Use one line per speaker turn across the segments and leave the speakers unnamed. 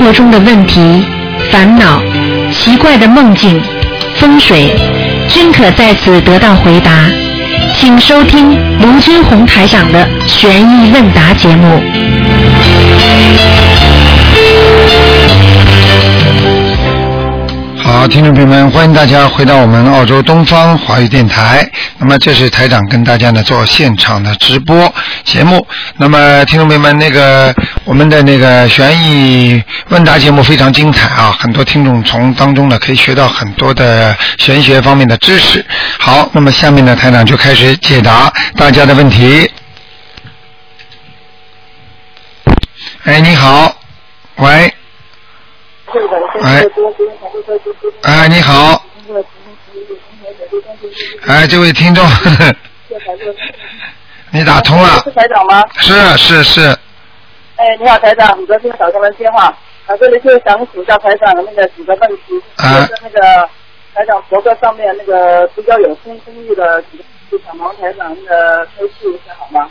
活中的问题、烦恼、奇怪的梦境、风水，均可在此得到回答。请收听卢军红台长的《悬疑问答》节目。
好，听众朋友们，欢迎大家回到我们澳洲东方华语电台。那么这是台长跟大家呢做现场的直播节目。那么听众朋友们，那个我们的那个悬疑问答节目非常精彩啊，很多听众从当中呢可以学到很多的玄学方面的知识。好，那么下面呢台长就开始解答大家的问题。哎，你好，喂，哎，哎，你好，哎，这位听众， 呵呵你打通了
是，台长吗？
是是是，
哎，你好，台长，很高兴打通了电话。啊，这里就是想请教台长的那个几个问题，
啊
就是那个台长博客上面那个比较有新争议的几个问题，想忙台长那个开示一下好吗？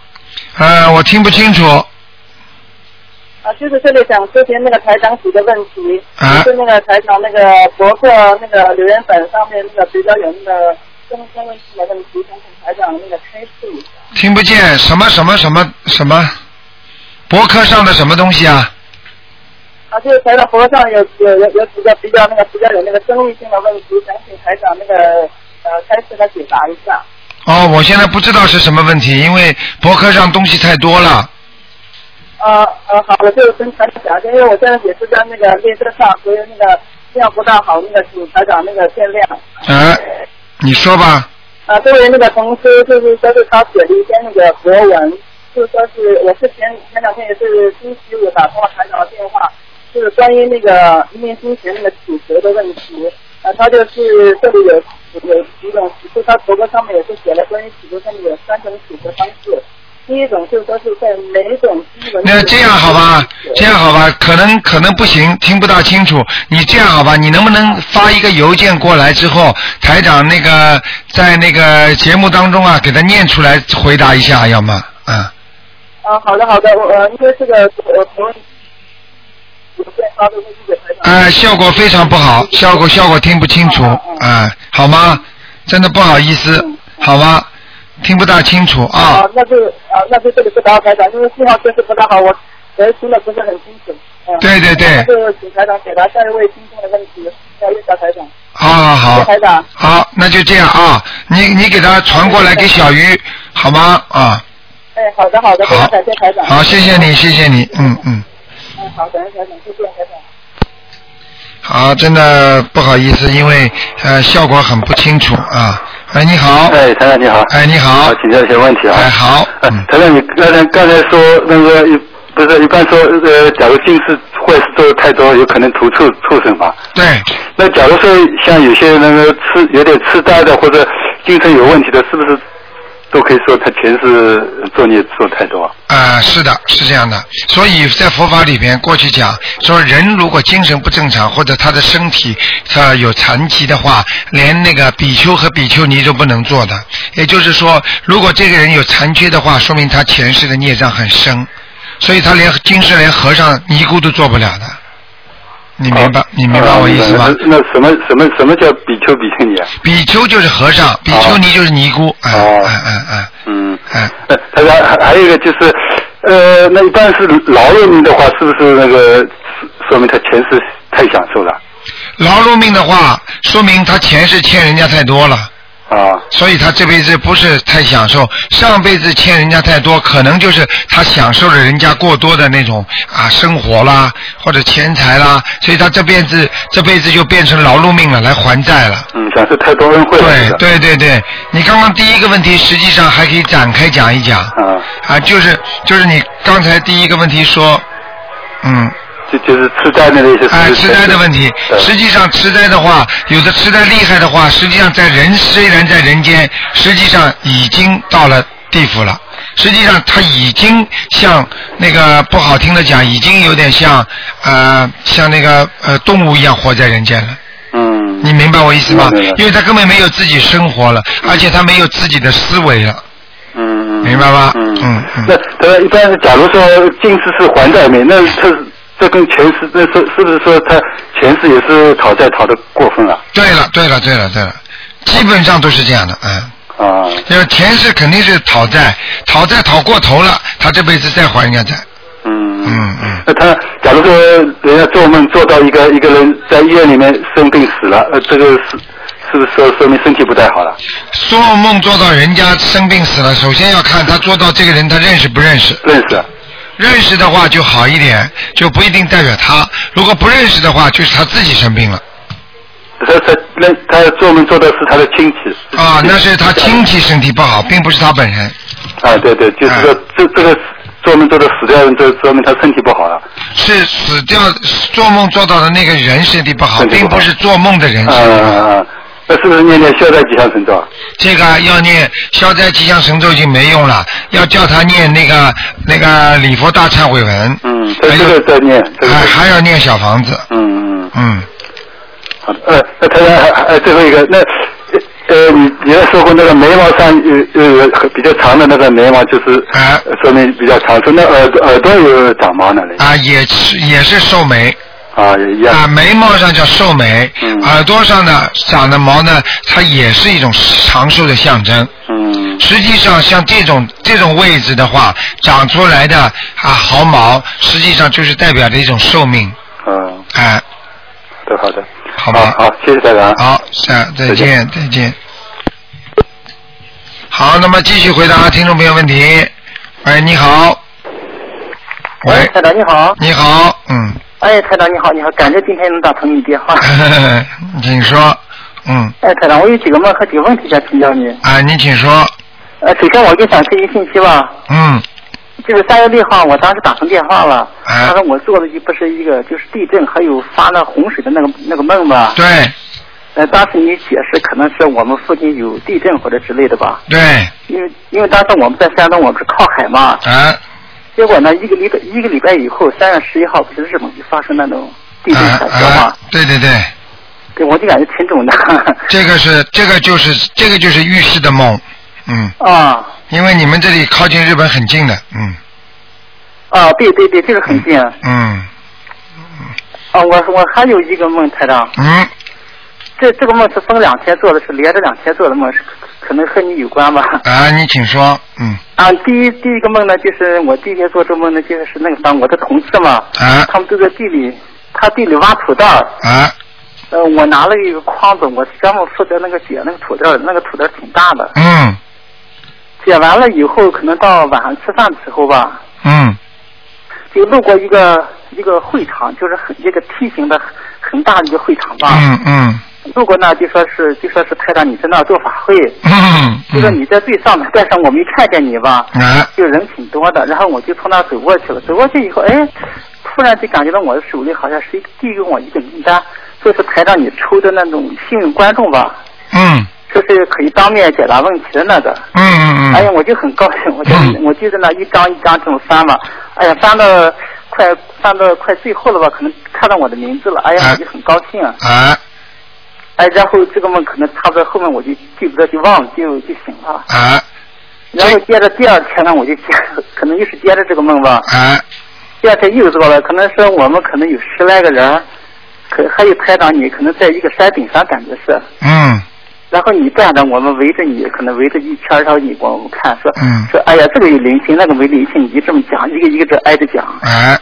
呃，我听不清楚，
啊，就是这里想咨询那个台长几个问题，
啊
就是那个台长那个博客那个留言板上面那个比较有那个争争议性的问题，想请台长那个开示一下。
听不见什么什么什么什么，博客上的什么东西啊？
啊，就是台长博客上有有有有几个比较那个比较有那个争议性的问题，想请台长那个呃开始来解答一下。
哦，我现在不知道是什么问题，因为博客上东西太多了。
呃呃，好了，就是跟台长讲一下，因为我现在也是在那个列车上，所以那个信号不大好，那个请台长那个见谅。
呃，你说吧，
啊，作为那个同事，就是说是他写了一篇那个博文，就是说是我是前前两天也是星期五打通了台长的电话，就是关于那个移民金钱那个取得的问题。啊，他就是这里有有几种，就他博客上面也是写了关于取得上面有三种取得方式。第一种就是说是在每种基本
那这样好吧，这样好吧，可能可能不行，听不大清楚。你这样好吧，你能不能发一个邮件过来之后，台长那个在那个节目当中啊，给他念出来回答一下，要么，嗯。
啊，好的好的，我呃，因为这个我同我现在发的微信给台长。
呃，效果非常不好，效果效果听不清楚啊、好吗？真的不好意思，好吗？听不大清楚啊
啊，。那就啊，那就这里不打扰台长，因为信号确实不大好，我人听的不是很清楚。嗯、
对对对
那就请台长解答下一位听众的问题，下一位小台长，
好好好
谢谢台，长。
好，那就这样啊。你你给他传过来给小鱼，好吗？啊，
哎，好的好的，非
好
常感谢台，长。
好，谢谢你，谢谢你，嗯嗯。
嗯，好，感谢台长，谢谢台长。
好，真的不好意思，因为呃效果很不清楚啊。哎，你好，
哎，台长你好。
哎，你好
好，，请教一些问题啊。
哎好，
呃
嗯，
台长，你刚才刚才说那个一不是一般说呃，假如近视坏事做的太多，有可能徒畜畜生嘛？
对，
那假如说像有些那个痴有点痴呆的或者精神有问题的，是不是都可以说他全是呃作孽做太多啊？
啊，是的，是这样的。所以在佛法里边，过去讲说，人如果精神不正常，或者他的身体他有残疾的话，连那个比丘和比丘尼都不能做的。也就是说，如果这个人有残缺的话，说明他前世的孽障很深，所以他连今世连和尚尼姑都做不了的。你明白？你明白我意思吗？
啊那那什么什么什么叫比丘比丘尼啊？
比丘就是和尚，比丘尼就是尼姑。啊
哦
啊啊啊！
嗯。
哎
呃，他说还还有一个就是，呃，那一般是劳碌命的话，是不是那个说明他前世太享受了
劳碌命的话，说明他前世欠人家太多了。
啊？
所以他这辈子不是太享受，上辈子欠人家太多，可能就是他享受了人家过多的那种啊生活啦，或者钱财啦，所以他这辈子这辈子就变成劳碌命了，来还债了。
嗯，享受太多恩惠了。
对
是吧。
对对对，你刚刚第一个问题实际上还可以展开讲一讲
啊，
啊，就是就是你刚才第一个问题说，嗯，
就就是痴呆的那些。
哎，痴呆的问题，
对
实际上痴呆的话，有的痴呆厉害的话，实际上在人虽然在人间，实际上已经到了地府了。实际上他已经像那个不好听的讲，已经有点像呃像那个呃动物一样活在人间了。
嗯。
你明白我意思吗
明白明？白嗯
因为他根本没有自己生活了，而且他没有自己的思维了。
嗯。嗯
明白吗
嗯
嗯嗯嗯
那他一般，假如说近视是还债命，那他这跟前世那是是不是说他前世也是讨债讨的过分了
对了，对了，对了，对了，基本上都是这样的，嗯，
啊？
因为前世肯定是讨债，讨债讨过头了，他这辈子再还人家债，
嗯
嗯嗯，
那他假如说人家做梦做到一个一个人在医院里面生病死了，呃，这个是是不是说说明身体不太好了？
做梦做到人家生病死了，首先要看他做到这个人他认识不认识，
认识啊？
认识的话就好一点，就不一定代表他；如果不认识的话，就是他自己生病了
他他那他做梦做到是他的亲戚
啊，那是他亲戚身体不好，并不是他本人。
啊，对对，就是说、
嗯
这这个做梦做到死掉的人，这说明他身体不好了。
是死掉做梦做到的那个人身体不好，
身体不
并
好
不是做梦的人
啊
身体不好。
啊啊！那是不是念念消灾吉祥神咒啊？
这个要念消灾吉祥神咒已经没用了，要叫他念那个那个礼佛大忏悔文。
嗯，他
还
这个
有
在念，这个
还还要念小房子。
嗯嗯。
嗯，
好的，呃，那台长还还呃最后一个，那呃呃你你也说过那个眉毛上有有有比较长的那个眉毛，就是、
啊
呃说明比较长，说那耳朵耳朵有长毛呢嘞，
啊，也是也是寿眉
啊也一样，
啊，眉毛上叫寿眉，
嗯
耳朵上呢长的毛呢，它也是一种长寿的象征。
嗯
实际上，像这种这种位置的话，长出来的啊毫毛，实际上就是代表着一种寿命，
嗯，
哎、
对，好的，啊
好吧
好，谢谢台长，
好，下再见再见。好，那么继续回答听众朋友问题。喂，你好。喂，
台长你好，
你好，嗯，
哎，台长你好，你好，感谢今天能打通你电话。
请说，嗯，
哎，台长，我有几个梦和几个问题想请教你。
啊，你请说，
呃，首先我就想这一星期吧，
嗯，
就是三月六号，我当时打通电话了，
哎
他说我做的就不是一个就是地震还有发了洪水的那个那个梦吧。
对
呃，当时你解释可能是我们附近有地震或者之类的吧，
对，
因为因为当时我们在山东，我们是靠海嘛。
啊
结果呢，一个礼拜一个礼拜以后，三月十一号不是日本就发生那种地
啊
震海啸嘛
啊，，对对对，
对，我就感觉挺准的。
这个是这个就是这个就是预示的梦，嗯，
啊。
因为你们这里靠近日本很近的，嗯
啊，对对对，就是很近。啊，
嗯
我我还有一个梦，台长，
嗯，
这这个梦是分两天做的，是连着两天做的梦，是可能和你有关吧。
啊，你请说，嗯
啊，第一第一个梦呢，就是我第一天做这梦呢，就是是那个啥，我的同事嘛，
啊
他们都在地里，他地里挖土豆儿，
啊
呃，我拿了一个筐子，我专门负责那个捡那个土豆儿，那个土豆儿挺大的，
嗯
捡完了以后，可能到晚上吃饭的时候吧，
嗯
就路过一个一个会场，就是很一个梯形的很很大的一个会场吧。
嗯嗯
路过那就说是就说是台长你在那儿做法会，
嗯，
就说你在最上面，但是我没看见你吧，
啊
就人挺多的，然后我就从那儿走过去了，走过去以后，哎，突然就感觉到我的手里好像谁递给我一个名单，就是台长你抽的那种幸运观众吧，
嗯
就是可以当面解答问题的那个。
嗯嗯
哎呀，
嗯，
我就很高兴，我就、
嗯
我就在那一张一张这么翻嘛，哎呀，翻到快翻到快最后了吧，可能看到我的名字了，哎呀，我就很高兴。
啊
哎，然后这个梦可能差不多后面我就记不得就忘了就就醒了，
啊
然后接着第二天呢我就接，可能又是接着这个梦吧，
啊
第二天又做了，可能是我们可能有十来个人，可还有台长你可能在一个山顶上感觉是，
嗯
然后你站着我们围着你，可能围着一圈儿，然后你我们看说、
嗯
说哎呀这个有灵性，那个没灵性，你就这么讲，一个一个这挨着讲，
啊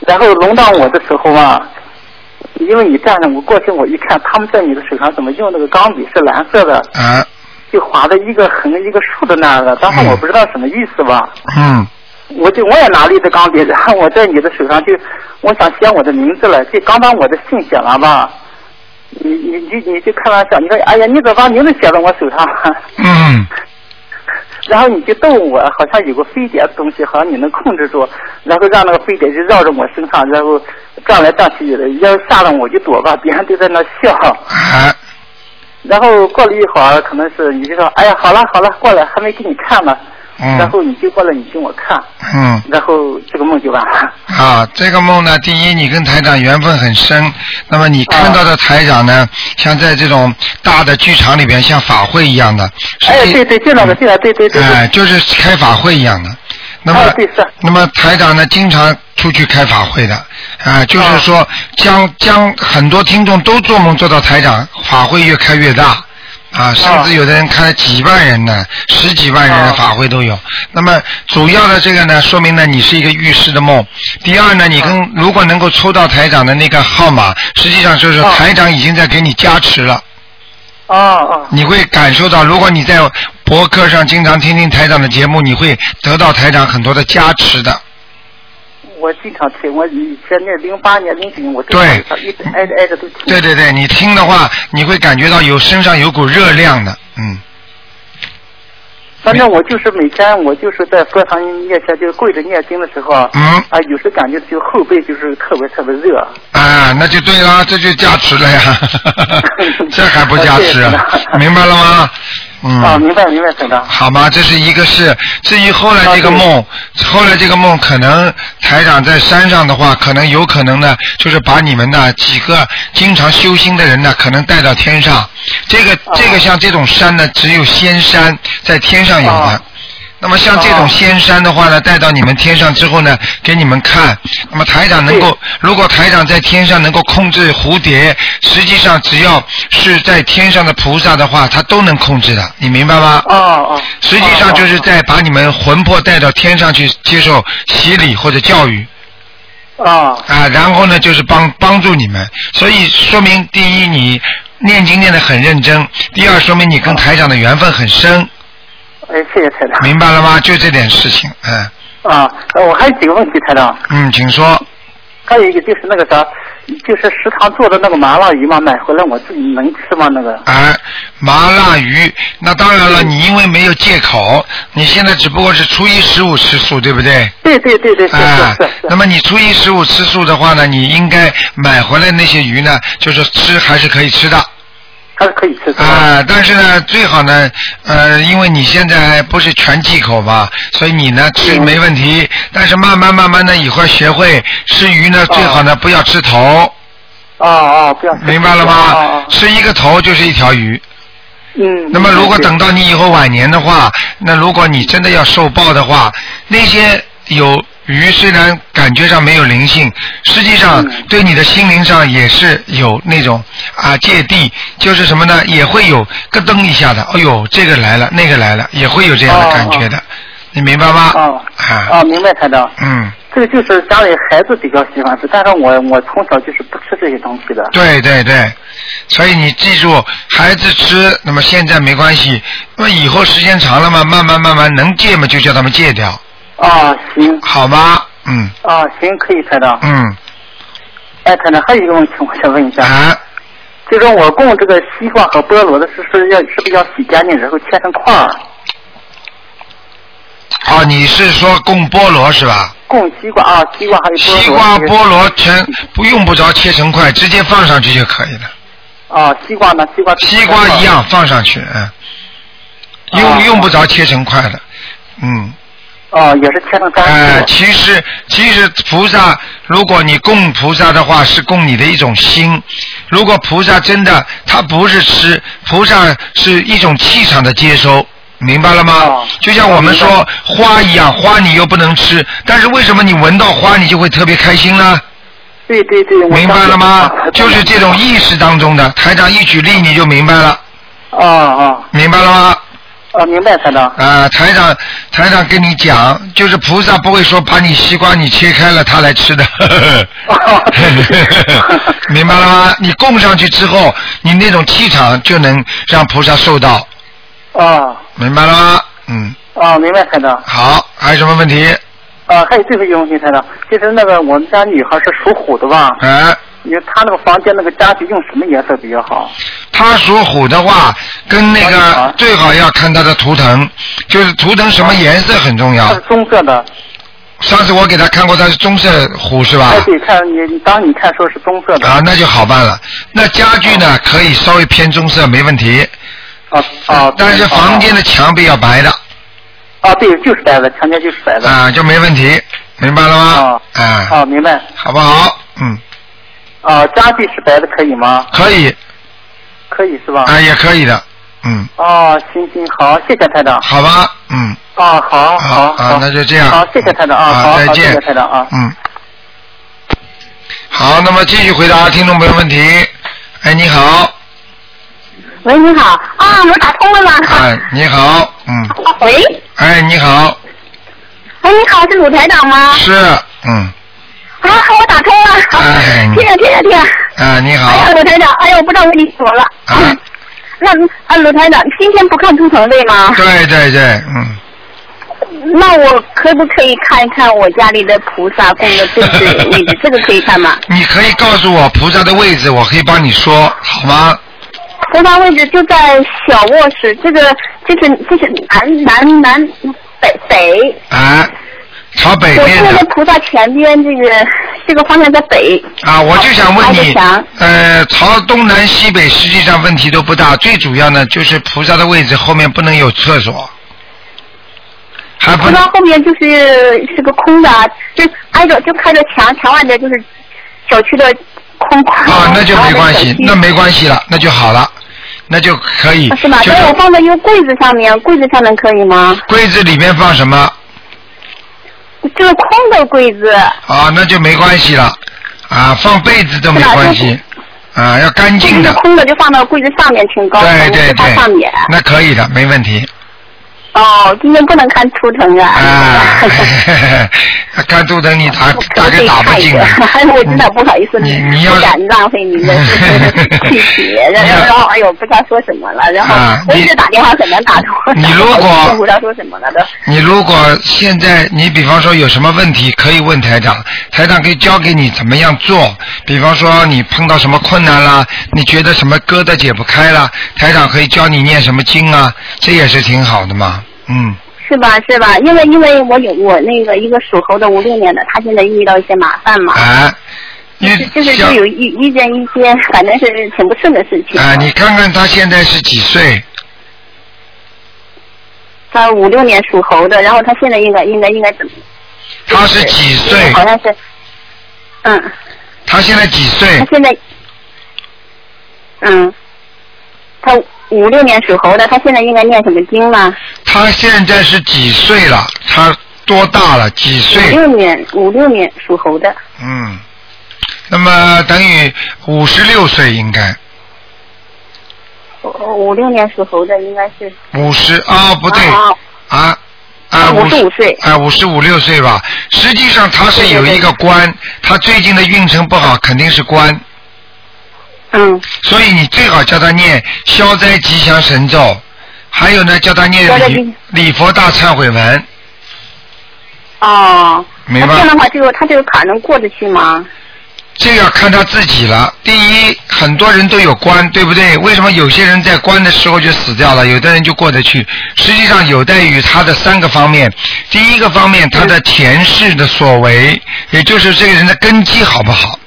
然后轮到我的时候啊，因为你站着，我过去我一看，他们在你的手上怎么用那个钢笔是蓝色的，
啊
就划的一个横一个竖的那儿了，当时我不知道什么意思吧，
嗯
我就我也拿了一支钢笔，然后我在你的手上就，我想写我的名字了，就刚把我的姓写完吧，你你你你就开玩笑，你说哎呀你怎么把名字写到我手上了？
嗯
然后你就逗我，好像有个飞碟的东西，好像你能控制住，然后让那个飞碟就绕着我身上，然后转来转去的，要吓得我就躲吧，别人都在那笑。
啊
然后过了一会儿，可能是你就说，哎呀，好了好了，过来，还没给你看呢。
嗯
然后你就过来，你给我看，
嗯。
然后这个梦就完了。
啊，这个梦呢，第一，你跟台长缘分很深，那么你看到的台长呢，像在这种大的剧场里边，像法会一样的，
哎，
实际
对对，就那个，就那个，对对对。
哎、就是开法会一样的。那么、
啊对是
那么台长呢，经常出去开法会的啊、就是说将将很多听众都做梦做到台长，法会越开越大。啊，甚至有的人开了几万人呢，十几万人
啊
法会都有。那么主要的这个呢，说明呢你是一个预示的梦。第二呢，你
哦
跟如果能够抽到台长的那个号码，实际上就是
啊
台长已经在给你加持了。
哦哦
你会感受到，如果你在博客上经常听听台长的节目，你会得到台长很多的加持的。
我经常听，我以前那零八年、零九年，我经
对
常一直挨着挨着都听。
对对对，你听的话，你会感觉到有身上有股热量的，嗯，
反正我就是每天，我就是在佛堂面前就跪着念经的时候，啊，
嗯
有时感觉就后背就是特别特别热。
啊，那就对啦，这就加持了 呀，这还不加持啊
对是？的
明白了吗？嗯。
啊，明白明白，等长。
好吗？这是一个事。至于后来这个
啊对
梦，后来这个梦可能台长在山上的话，可能有可能呢，就是把你们呢几个经常修心的人呢，可能带到天上。这个
啊
这个像这种山呢，只有仙山在天上有的
啊。
那么像这种
啊
仙山的话呢，带到你们天上之后呢，给你们看。那么台长能够，如果台长在天上能够控制蝴蝶，实际上只要是在天上的菩萨的话，他都能控制的，你明白吗？
哦哦。
实际上就是在把你们魂魄带到天上去接受洗礼或者教育
啊
啊，然后呢就是帮帮助你们，所以说明第一你念经念得很认真，第二说明你跟台长的缘分很深，
哎，谢谢台长。
明白了吗？就这点事情，嗯
啊，呃我还有几个问题，台长。
嗯，请说，
还有一个就是那个啥，就是食堂做的那个麻辣鱼嘛，买回来我自己能吃吗？那个
啊，麻辣鱼，那当然了，你因为没有戒口，你现在只不过是初一十五吃素，对不对？
对对对对，是
啊
是是，
那
是。
么你初一十五吃素的话呢，你应该买回来那些鱼呢，就是吃还是可以吃的啊、
还是可以吃是吧？
但是呢，最好呢，呃，因为你现在不是全忌口嘛，所以你呢吃
嗯
没问题，但是慢慢慢慢的以后学会吃鱼呢，最好呢不要吃头，
哦哦，不要吃。
明白了
哦
吗
哦？哦
吃一个头就是一条鱼。
嗯。
那么如果
对
等到你以后晚年的话，那如果你真的要受报的话，那些有鱼虽然感觉上没有灵性，实际上
嗯
对你的心灵上也是有那种啊芥蒂，就是什么呢？也会有咯噔一下的，哎呦，这个来了，那个来了，也会有这样的感觉的，你明白吗？
哦
啊，
哦，明白，台长。
嗯，
这个就是家里孩子比较喜欢吃，但是我我从小就是不吃这些东西的。
对对对，所以你记住，孩子吃，那么现在没关系，那么以后时间长了嘛，慢慢慢慢能戒嘛，就叫他们戒掉。
啊，行
好吗？嗯
啊，行，可以，台长。
嗯
哎，台长，还有一个问题，我想问一下，
啊，
就是我供这个西瓜和菠萝的是是要是不是要洗干净，然后切成块儿？
哦，你是说供菠萝是吧？
供西瓜啊，西瓜还有菠萝。
西瓜、
这个
菠萝全不用不着切成块，直接放上去就可以了。
啊，西瓜呢？西瓜
西瓜一样放上去，嗯，用
哦
用不着切成块的，嗯，
啊哦，也是切成干
呃，
净。
其实其实菩萨，如果你供菩萨的话，是供你的一种心。如果菩萨真的他不是吃，菩萨是一种气场的接收，明白了吗？
哦
就像我们
明
说花一样，花你又不能吃，但是为什么你闻到花你就会特别开心呢？
对对对，我
明白了吗？ 就是这种
一。
意识当中的，台长一举例你就明白了，
哦哦
明白了吗？
哦，明白，台长。
啊、台长，台长跟你讲，就是菩萨不会说把你西瓜你切开了他来吃的，
哦
明白了吗？你供上去之后，你那种气场就能让菩萨受到，
哦
明白了吗？嗯，
哦，明白，台长。
好，还有什么问题？
啊，还有最后一个问题，台长，就是那个我们家女孩是属虎的吧？
哎、
你说她那个房间那个家具用什么颜色比较好？
他属虎的话，跟那
啊
个最好要看他的图腾，就是图腾什么颜色很重
它
要
是。棕色的。
上次我给他看过，他是棕色虎是吧？
哎，对，看你你当你看说是棕色的。
啊，那就好办了。那家具呢，可以稍微偏棕色，没问题。
啊啊。
但是房间的墙壁要白的
啊，对，就是白的，强奸就是白的。
啊，就没问题，明白了吗
哦？
啊，
哦，明白。
好不好？嗯，
呃啊，家具是白的可以吗？
可以
可以是吧？
啊，也可以的。嗯，
哦，行行，好，谢谢台长。
好吧，嗯，
哦，好，
好
好，
啊，那就这样。
好，谢谢台长啊，好，
啊，
好
再见
谢谢台长啊。
嗯。好，那么继续回答听众朋友问题。哎，你好，
喂，你好啊，我打通了吗？
哎，你好，嗯，
喂，
哎，你好，
喂，你好，是鲁台长吗？
是，嗯，
啊，我打通了。
哎
听着听着听着，
啊，你好
哎，呀，鲁台长，哎呀，我不知道问你什么了。
啊，
那啊，鲁台长，今天不看图腾对吗？
对对对，嗯，
那我可不可以看一看我家里的菩萨供的对不对 位置？这个可以看吗？
你可以告诉我菩萨的位置，我可以帮你说，好吗？
菩萨位置就在小卧室，这个就是就是南南南北北，
啊，朝北
我
面
现在在
的
菩萨前边，这个这个方向在北。
啊，我就想问
挨
你
着墙，
呃，朝东南西北实际上问题都不大，最主要呢就是菩萨的位置后面不能有厕所，还不
菩萨后面就是是个空的，啊就挨着就靠着墙，墙外边就是小区的空旷。
啊，那就没关系，那
没。
没关系了，那就好了，那就可以，
啊是吧？
就
那我
是
放在一个柜子上面，柜子上面可以吗？
柜子里面放什么
就是空的柜子，
啊，那就没关系了，啊，放被子都没关系，啊，要干
柜
净
子
的，
是空的，就放到柜子上面，挺高的，
对对
就放上
对
面。，
那可以的，没问 题。
哦，今天不能看图腾啊。
啊， 看图腾 你打大概打不进来。
我真的不好意思，
你你要
不敢浪费您的 气血，然后然后哎呦不知道说什么了，然后
啊
我一
你
直打电话很难打通，
你如果
我不知道说什么了都。
你如果现在你比方说有什么问题，可以问台长，台长可以教给你怎么样做。比方说你碰到什么困难啦，你觉得什么疙瘩解不开啦，台长可以教你念什么经啊，这也是挺好的嘛。嗯，
是吧是吧？因为因为我有我那个一个属猴的五六年的，他现在遇到一些麻烦嘛，
啊，你
就是就是就
像
有遇遇见一些反正是挺不顺的事情。
啊，你看看他现在是几岁？
他五六年属猴的，然后他现在应该应该应该怎么？
他是几岁？
好像是，嗯，
哎他现在几岁
他？现在，嗯，他五六年属猴的，他现在应该念什么经呢？
他现在是几岁了？他多大了？几
五
岁？
六年，五六年属猴的，
嗯，那么等于五十六岁应该，
五五六年属猴的应该是
五十啊不对
啊
啊啊
啊55岁
啊五十五六岁吧。实际上他是有一个官，他最近的运程不好，肯定是官，
嗯，
所以你最好叫他念消灾吉祥神咒，还有呢叫他念
消灾吉
礼礼佛大忏悔文，
哦，
明白
那这样的话，这个他这个坎能过得去吗？
这要看他自己了。第一，很多人都有关，对不对？为什么有些人在关的时候就死掉了，有的人就过得去？实际上有待于他的三个方面。第一个方面，他的前世的所为，也就是这个人的根基好不好？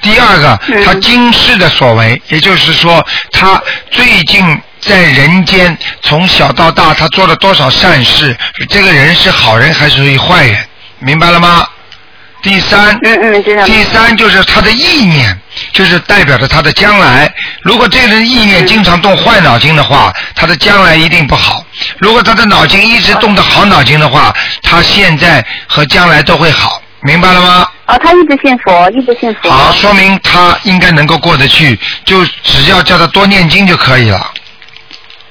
第二个，
嗯
他今世的所为，也就是说，他最近在人间从小到大，他做了多少善事？这个人是好人还是属于坏人？明白了吗？第三，
嗯嗯，知道。
第三就是他的意念，就是代表着他的将来。如果这个人意
嗯
念经常动坏脑筋的话，他的将来一定不好；如果他的脑筋一直动的好脑筋的话，他现在和将来都会好，明白了吗？
哦，他一直信佛，一直信佛。
好，说明他应该能够过得去，就只要叫他多念经就可以了，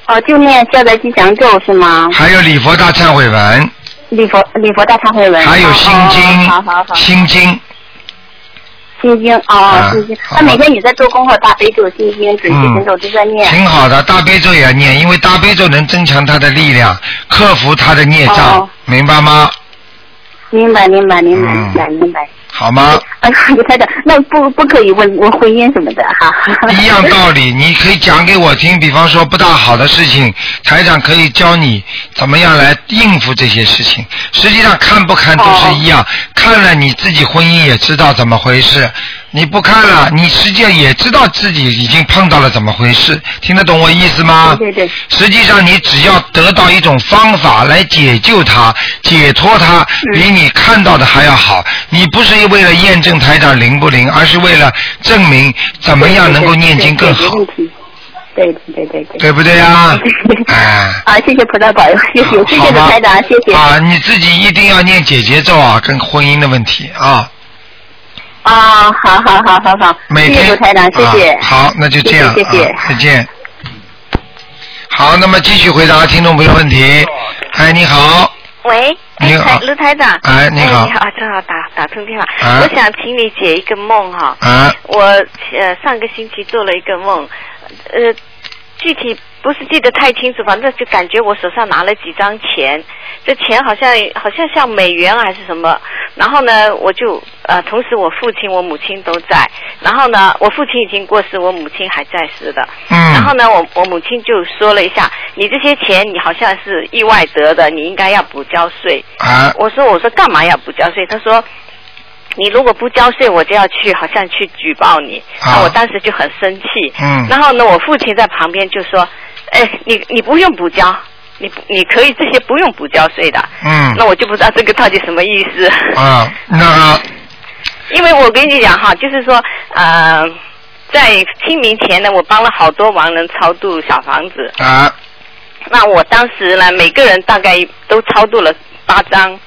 哦，就念消灾吉祥咒是吗？
还有礼佛大忏悔文，
礼佛礼佛大忏悔文。
还有心经
哦好好好，。
心经。
心经
啊
哦，心经，
好嗯
他每天也在做功课，大悲咒、心经、准提神咒都在念。
挺好的，大悲咒也要念，因为大悲咒能增强他的力量，克服他的孽障，
哦
明白吗？
明白，明白，明白，
嗯
明白，明白。
好吗？
哎呀，刘台长，那不不可以问我婚姻什么的哈。
一样道理，你可以讲给我听，比方说不大好的事情，台长可以教你怎么样来应付这些事情。实际上看不看都是一样，
哦
看了你自己婚姻也知道怎么回事，你不看了，你实际上也知道自己已经碰到了怎么回事，听得懂我意思吗？
对对对
实际上，你只要得到一种方法来解救它、解脱它，
嗯
比你看到的还要好。你不是为了验证台长灵不灵，而是为了证明怎么样能够念经更
对
好
对。对解决问题
对对对对。
对不对 呀
对对对？
哎。啊
啊，谢谢菩萨保佑，谢谢谢
好
谢
吧
台长，谢谢。
啊，你自己一定要念姐姐咒啊，跟婚姻的问题啊，
啊，好好好好好，
每
谢
天。
谢卢台长，谢谢。
啊好，那就这样，
谢谢谢谢
啊、再见。好，那么继续回答听众朋友问题。哎，你好，
喂，哎
你好
台卢台长，
哎你好
哎、你好，正好打打通电话、
啊
我想请你解一个梦哈、
啊，
我呃上个星期做了一个梦，呃，具体不是记得太清楚，反正就感觉我手上拿了几张钱，这钱好像好像像美元啊还是什么，然后呢，我就呃，同时我父亲我母亲都在，然后呢，我父亲已经过世，我母亲还在世的，
嗯，
然后呢，我我母亲就说了一下，你这些钱你好像是意外得的，你应该要补交税。
啊，
我说我说干嘛要补交税？他说。你如果不交税，我就要去，好像去举报你。
啊
那我当时就很生气。
嗯
然后呢，我父亲在旁边就说：“哎，你你不用补交，你不你可以这些不用补交税的。”
嗯
那我就不知道这个到底什么意思。
啊，那个
因为我跟你讲哈，就是说，呃，在清明前呢，我帮了好多亡人超度小房子。
啊，
那我当时呢，每个人大概都超度了八张，
嗯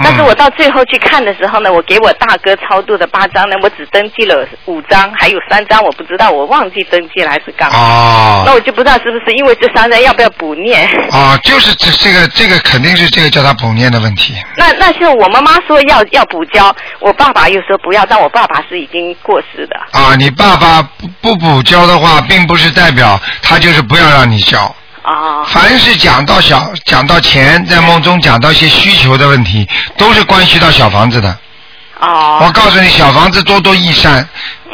但是我到最后去看的时候呢，我给我大哥超度的八张呢，我只登记了五张，还有三张我不知道，我忘记登记了还是干嘛。那
哦
我就不知道是不是因为这三张要不要补念？
哦，就是这这个这个肯定是这个叫他补念的问题。
那那是我妈妈说要要补交，我爸爸又说不要，但我爸爸是已经过世的。
啊，你爸爸不不补交的话，并不是代表他就是不要让你交。
哦
凡是讲到小讲到钱，在梦中讲到一些需求的问题，都是关系到小房子的。我
哦
告诉你，小房子多多益善，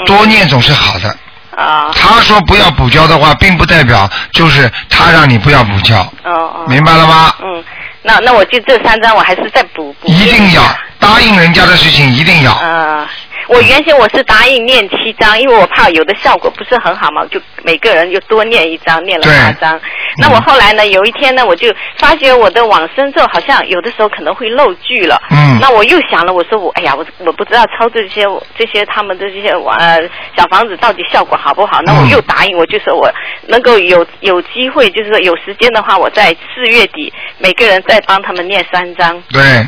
多念总是好的。
哦
他说不要补交的话，并不代表就是他让你不要补交，
哦哦，
明白了吗？
嗯，那那我就这三张我还是再补补念
一定要答应人家的事情，一定要。
呃，我原先我是答应念七张，因为我怕有的效果不是很好嘛，就每个人就多念一张，念了八
嗯
张。那我后来呢，有一天呢，我就发觉我的往生咒好像有的时候可能会漏句了。
嗯
那我又想了，我说我哎呀，我我不知道抄这些这些他们的这些呃小房子到底效果好不好？那我
嗯
又答应，我就说我能够有有机会，就是说有时间的话，我在四月底每个人再帮他们念三张。
对，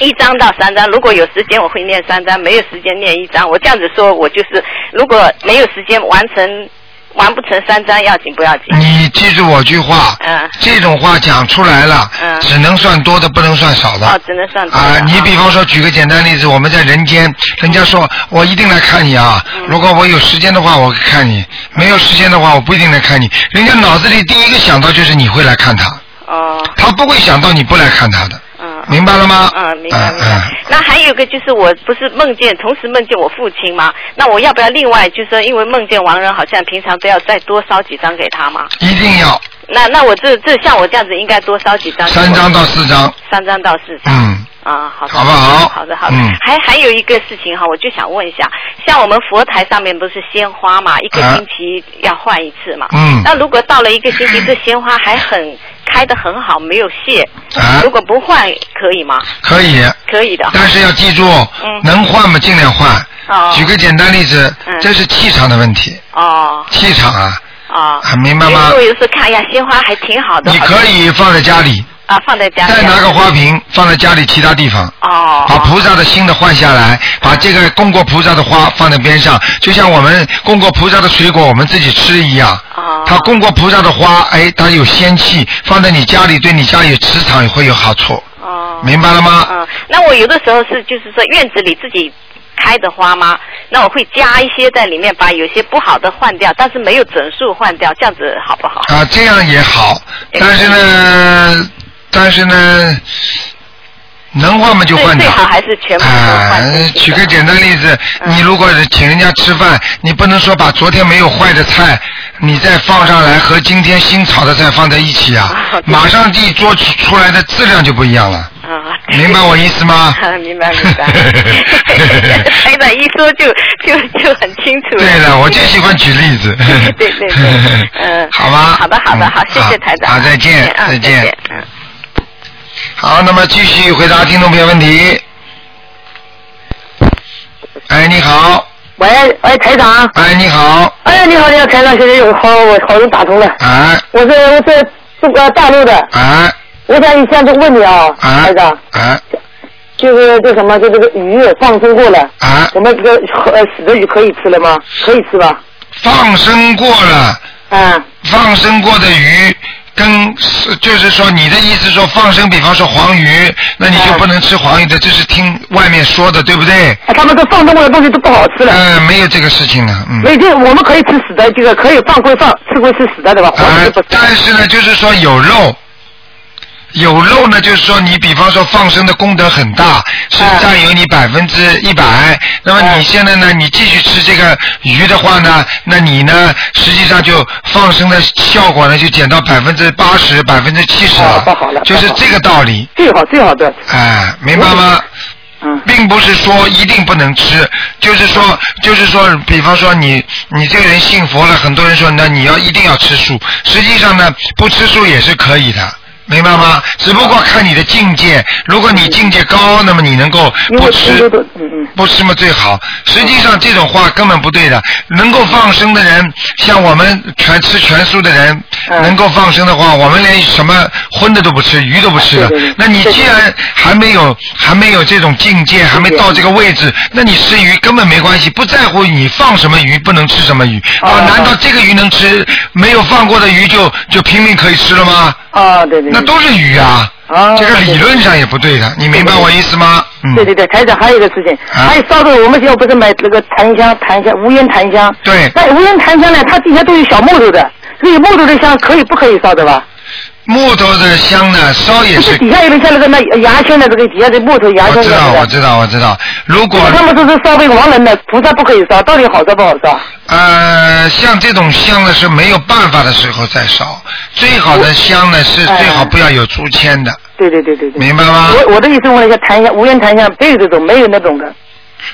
一张到三张，如果有时间我会念三张，没有时间念一张。我这样子说，我就是如果没有时间完成，完不成三张要紧不要紧？
你记住我句话，
哎嗯
这种话讲出来了，
嗯
只能算多的，不能算少的。
哦，只能算多的嗯
啊、你比方说举个简单例子，我们在人间，人家说我一定来看你啊，如果我有时间的话，我看你；没有时间的话，我不一定来看你。人家脑子里第一个想到就是你会来看他，
哦，
他不会想到你不来看他的，
嗯。
明白了吗？
嗯，明白明
嗯
白。那还有一个就是，我不是梦见，同时梦见我父亲嘛？那我要不要另外就是说，因为梦见亡人，好像平常都要再多烧几张给他嘛？
嗯一定要
那那我这这像我这样子，应该多烧几张？
三张，到四张，
三张到四张。
嗯，
啊，好的，
好不好
好的，好的。
嗯
还还有一个事情哈，我就想问一下，像我们佛台上面不是鲜花嘛，一个
啊
星期要换一次嘛。
嗯
那如果到了一个星期，这鲜花还很开得很好，没有谢，
啊
如，果不换可以吗？
可以。
可以的。嗯
但是要记住，能换嘛尽量换。
哦
举个简单例子，
嗯
这是气场的问题，
哦
气场啊，
哦。
啊明白吗
因为我有时候看呀，鲜花还挺好的。
你
好像
可以放在家里，
啊，放在家里。
再拿个花瓶放在家里其他地方。
哦。
把菩萨的新的换下来，把这个供过菩萨的花放在边上，就像我们供过菩萨的水果我们自己吃一样。
哦
他供过菩萨的花，哎，它有仙气，放在你家里，对你家里磁场也会有好处，
哦。
明白了吗？
嗯，那我有的时候是就是说院子里自己开的花吗？那我会加一些在里面，把有些不好的换掉，但是没有整数换掉，这样子好不好？
啊，这样也好，
哎
但是呢，但是呢，能换嘛就
最
换
最
掉。
好还是全部都
啊
换进去，的
举个简单例子，
嗯
你如果是请人家吃饭，你不能说把昨天没有坏的菜，你再放上来和今天新炒的菜放在一起啊
啊，对
马上一桌出出来的质量就不一样了，
啊，？
明白我意思吗
啊明白明白，
啊
台长一说就就就很清楚 了。
对了，我就喜欢举例子。
对对对，嗯，
好吧。
好的好的
嗯
好，谢谢台长，
好，再见，
嗯
再
再
见。
嗯。
好，那么继续回答听众朋友问题。哎，你好，
喂，哎，台长。
哎，你好。
哎，你好，你好，台长，现在有好，我好容易打通了。
哎
我是我是中国大陆的，
哎
我想一下就问你啊，台长，
哎
就是这什么，就这个鱼放生过了，
哎，
我们这个呃死的鱼可以吃了吗？可以吃吧？
放生过了，
啊，
放生过的鱼。跟是就是说，你的意思说放生，比方说黄鱼，那你就
嗯
不能吃黄鱼的，这是听外面说的，对不对？
啊他们都放生过的东西都不好吃了。
嗯，没有这个事情的，嗯。
所以这我们可以吃死的，这个可以放归放，吃归吃死的，对吧？活的
呃
就不，吃。
但是呢，就是说有肉，有肉呢，就是说你比方说放生的功德很大，是
哎
占有你百分之一百。那么你现在呢，
嗯
你继续吃这个鱼的话呢，那你呢，实际上就放生的效果呢，就减到百分之八十、百分之七十
哦不好了
就是
不好
这个道理。
最好最好的，
哎，明白吗？
嗯
并不是说一定不能吃，就是说，就是说，比方说你你这个人信佛了，很多人说那你要一定要吃素，实际上呢，不吃素也是可以的。明白吗？只不过看你的境界，如果你境界高，那么你能够
因
不
为
吃，
因为嗯嗯。
不吃嘛最好。实际上这种话根本不对的。能够放生的人，像我们全吃全素的人，
嗯
能够放生的话，我们连什么荤的都不吃，鱼都不吃的
啊对对对。
那你既然还没有还没有这种境界，还没到这个位置，那你吃鱼根本没关系，不在乎你放什么鱼，不能吃什么鱼。
哦
啊，难道这个鱼能吃，没有放过的鱼就就拼命可以吃了吗？
啊，对对。对
那都是鱼啊，
哦
这个
对
理论上也不对的，你明白我意思吗？嗯。
对对对，台长还有一个事情，
啊
还有烧的，我们学校不是买那个檀香、檀香、无烟檀香。
对
那无烟檀香呢，它底下都有小木头的，这有木头的香可以不可以烧的吧？
木头的香呢，烧哦也
就是是。底下有个像那个那牙签的这个底下的木头牙签
我
的。
知道，我知道，我知道。如果
他们都是烧给亡人的，菩萨不可以烧，到底好烧不好烧？
呃，像这种香呢是没有办法的时候再烧，最好的香呢是最好不要有竹签的，
嗯哎对对对对对。
明白吗？
我我的意思问了一下，檀香无烟檀香没有这种，没有那种的。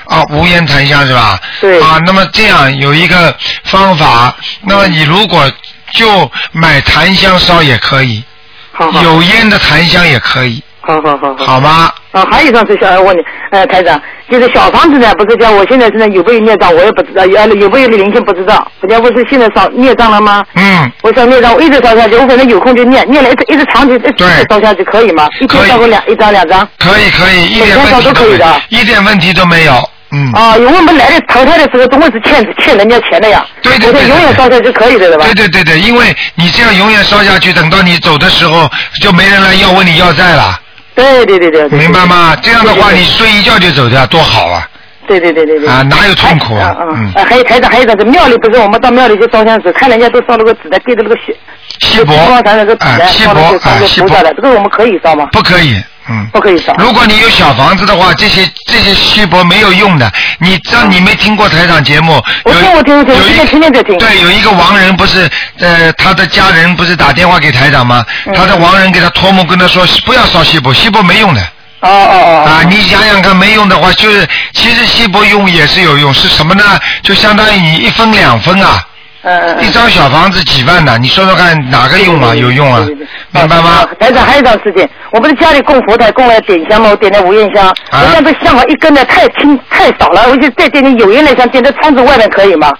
啊，无烟檀香是吧？
对
啊，那么这样有一个方法，那么你如果就买檀香烧也可以，
好好。
有烟的檀香也可以，
好好好好。
好吗？
啊，还有一张是想要问你，呃，台长，就是小房子呢，不是叫我现在现在有没有孽障，我也不知道，有有没有灵性不知道，人家不是现在少孽障了吗？
嗯，
我想孽障，我一直烧下去，我反正有空就念，念了一直一直长期一直
对
烧下去可以吗？一
可
天
以
烧个两一张两张。
可以可以，一点
每天
问
烧
题
都可以
没有
的，
一点问题都没有。嗯，
啊，因为我们来的投胎的时候，总归是欠欠人家钱的呀。
对对对对
我说永远烧下去可以的，对吧？
对对对对，因为你这样永远烧下去，等到你走的时候就没人来要问你要债了，
对对对对对。
明白吗？这样的话
对对对
你睡一觉就走掉，多好啊！
对对对对对。
啊，哪有痛苦啊？
嗯
嗯，
嗯，还有台长，还有一个是庙里不是我们到庙里去烧香纸，看人家都烧了个纸的，贴着那个血，
锡箔
光坛那个纸
啊
的，，
锡
烧了
箔
就烧
啊，
个
锡
菩萨的，
箔
这个我们可以烧吗？
不可以，嗯。
不可以烧。
如果你有小房子的话，这些这些锡箔没有用的。你知道你没听过台长节目？
我
有
听我听我听
有
我
一
现在天天在听
对，有一个亡人不是呃，他的家人不是打电话给台长吗？
嗯
他的亡人给他托梦，跟他说不要烧锡箔，锡箔没用的。
哦哦哦。
啊，你想想看，没用的话，就是其实锡箔用也是有用，是什么呢？就相当于你一分两分啊，
嗯嗯
一
嗯。
张小房子几万呢、你说说看哪个用啊？有用啊
对对对，
明白吗
啊？台长，还有一档事情，我不是家里供佛台，供了点香嘛，我点了五焰香，
啊
我现在香啊一根呢太轻太少了，我就再点点有烟的香，点在窗子外面可以吗？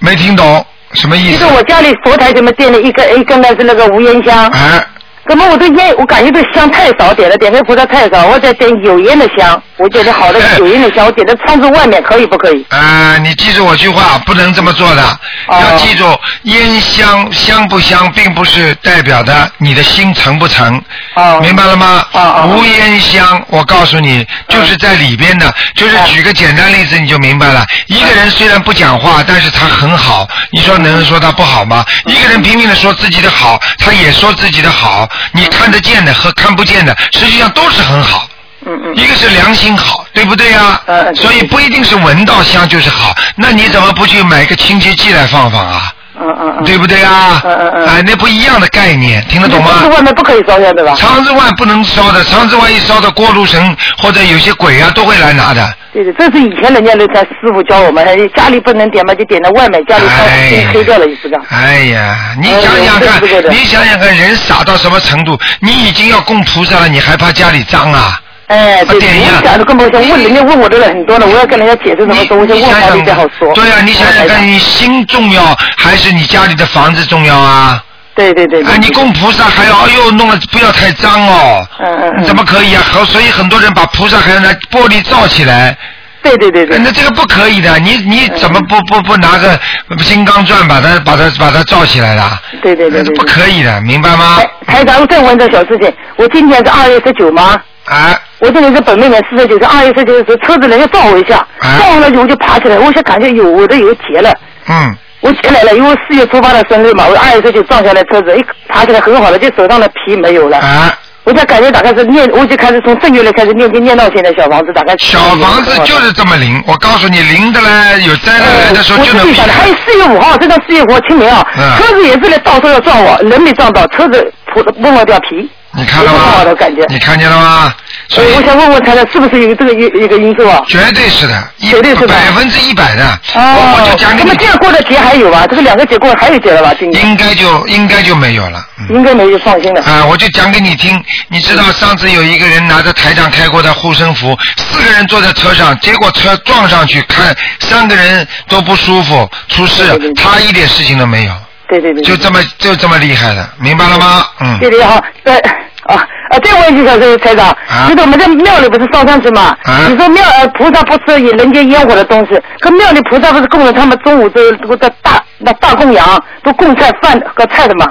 没听懂什么意
就
思
是？我家里佛台前面点了一根一根呢是那个无烟香，
哎，
怎么我这烟，我感觉这香太少点了，点这菩萨太少，我得点有烟的香，我点的好的
哎
有烟的香，我点在窗子外面可以不可以？
呃，你记住我句话，不能这么做的。
哦
要记住，烟香香不香，并不是代表的你的心诚不诚。
哦
明白了吗？
哦哦嗯
无烟香，我告诉你，就是在里边的。就是
哦
举个简单例子，你就明白了。
嗯
一个人虽然不讲话，但是他很好，你说
嗯
能说他不好吗？一个人拼命的说自己的好，他也说自己的好，你看得见的和看不见的，实际上都是很好。
嗯嗯。
一个是良心好，对不对呀、
嗯嗯对
所以不一定是闻到香就是好，那你怎么不去买个清洁剂来放放啊？
嗯嗯嗯。
对不对啊？
嗯嗯嗯
哎，那不一样的概念，听得懂
窗
吗
子？外面不可以烧香对吧？
肠子外不能烧的，肠子外一烧的，过路神或者有些鬼啊都会来拿的。
对对，这是以前人家那个师傅教我们，哎家里不能点嘛，就点在外面，家里烧
哎
黑黑掉了就是这样。
哎呀，你
哎
想想
对
看
对对，对
你想想看，人傻到什么程度？你已经要供菩萨了，你还怕家里脏啊？
哎，对，
点一样
我想根本想问人家问我的人很多呢，我要跟人家解释什么东西，
你
问
想
好
想
一点好说。嗯哎
对啊，你想想
台长
看，你心重要还是你家里的房子重要啊？
对对对。对
啊，你供菩萨还要哎呦弄了不要太脏哦，
嗯嗯嗯
怎么可以啊？好，所以很多人把菩萨还要拿玻璃罩起来，哎
对对对对嗯
那这个不可以的，你你怎么不不不拿个金刚钻把它把它把它罩起来的？
对对对对
这
对。
不可以的，明白吗？
台台长，再问一个小事情，我今天是二月十九吗？
啊，
我这里是本命年四十九，是二月十九的时候，车子人家撞我一下，
啊
撞我了以后我就爬起来，我想感觉有我的油结了，
嗯，
我起来了，因为四月初八的生日嘛，我二月十九撞下来车子，一爬起来很好了，就手上的皮没有了，
啊，
我才感觉大概是念，我就开始从正月里开始念经念到现在，小房子大概是
小房子就是这么灵，我告诉你，灵的嘞，有灾难来的时候
我
哎就
自
能
己
避
想的，还有
开。
四月五号，这个四月五号清明啊，
嗯
车子也是来到时候要撞我，人没撞到，车子破崩了掉皮。
你看了
有很好的
吗
感觉？
你看见了吗？所
所以
以
我想问问台长，是不是有这个一一个因素啊？
绝对是的，一
绝对是的
百分之一百的。
哦，
我我就讲给
那
你
么这
听，
样过的节还有吧？这个两个节过了还有节了吧？今年
应该就应该就没有了。嗯。
应该没有放心了。嗯
啊，我就讲给你听。你知道上次有一个人拿着台长开过的护身符，四个人坐在车上，结果车撞上去，看三个人都不舒服，出事
对对对，
他一点事情都没有，
对对对，
就这么就这么厉害的，明白了吗？嗯
对。对好，对啊啊！再问一下，这个台长，
啊
就是我们在庙里不是烧香去嘛？
啊
你说庙呃菩萨不吃人间烟火的东西，可庙里菩萨不是供了他们中午这这个大那大供养，都供菜饭和菜的嘛？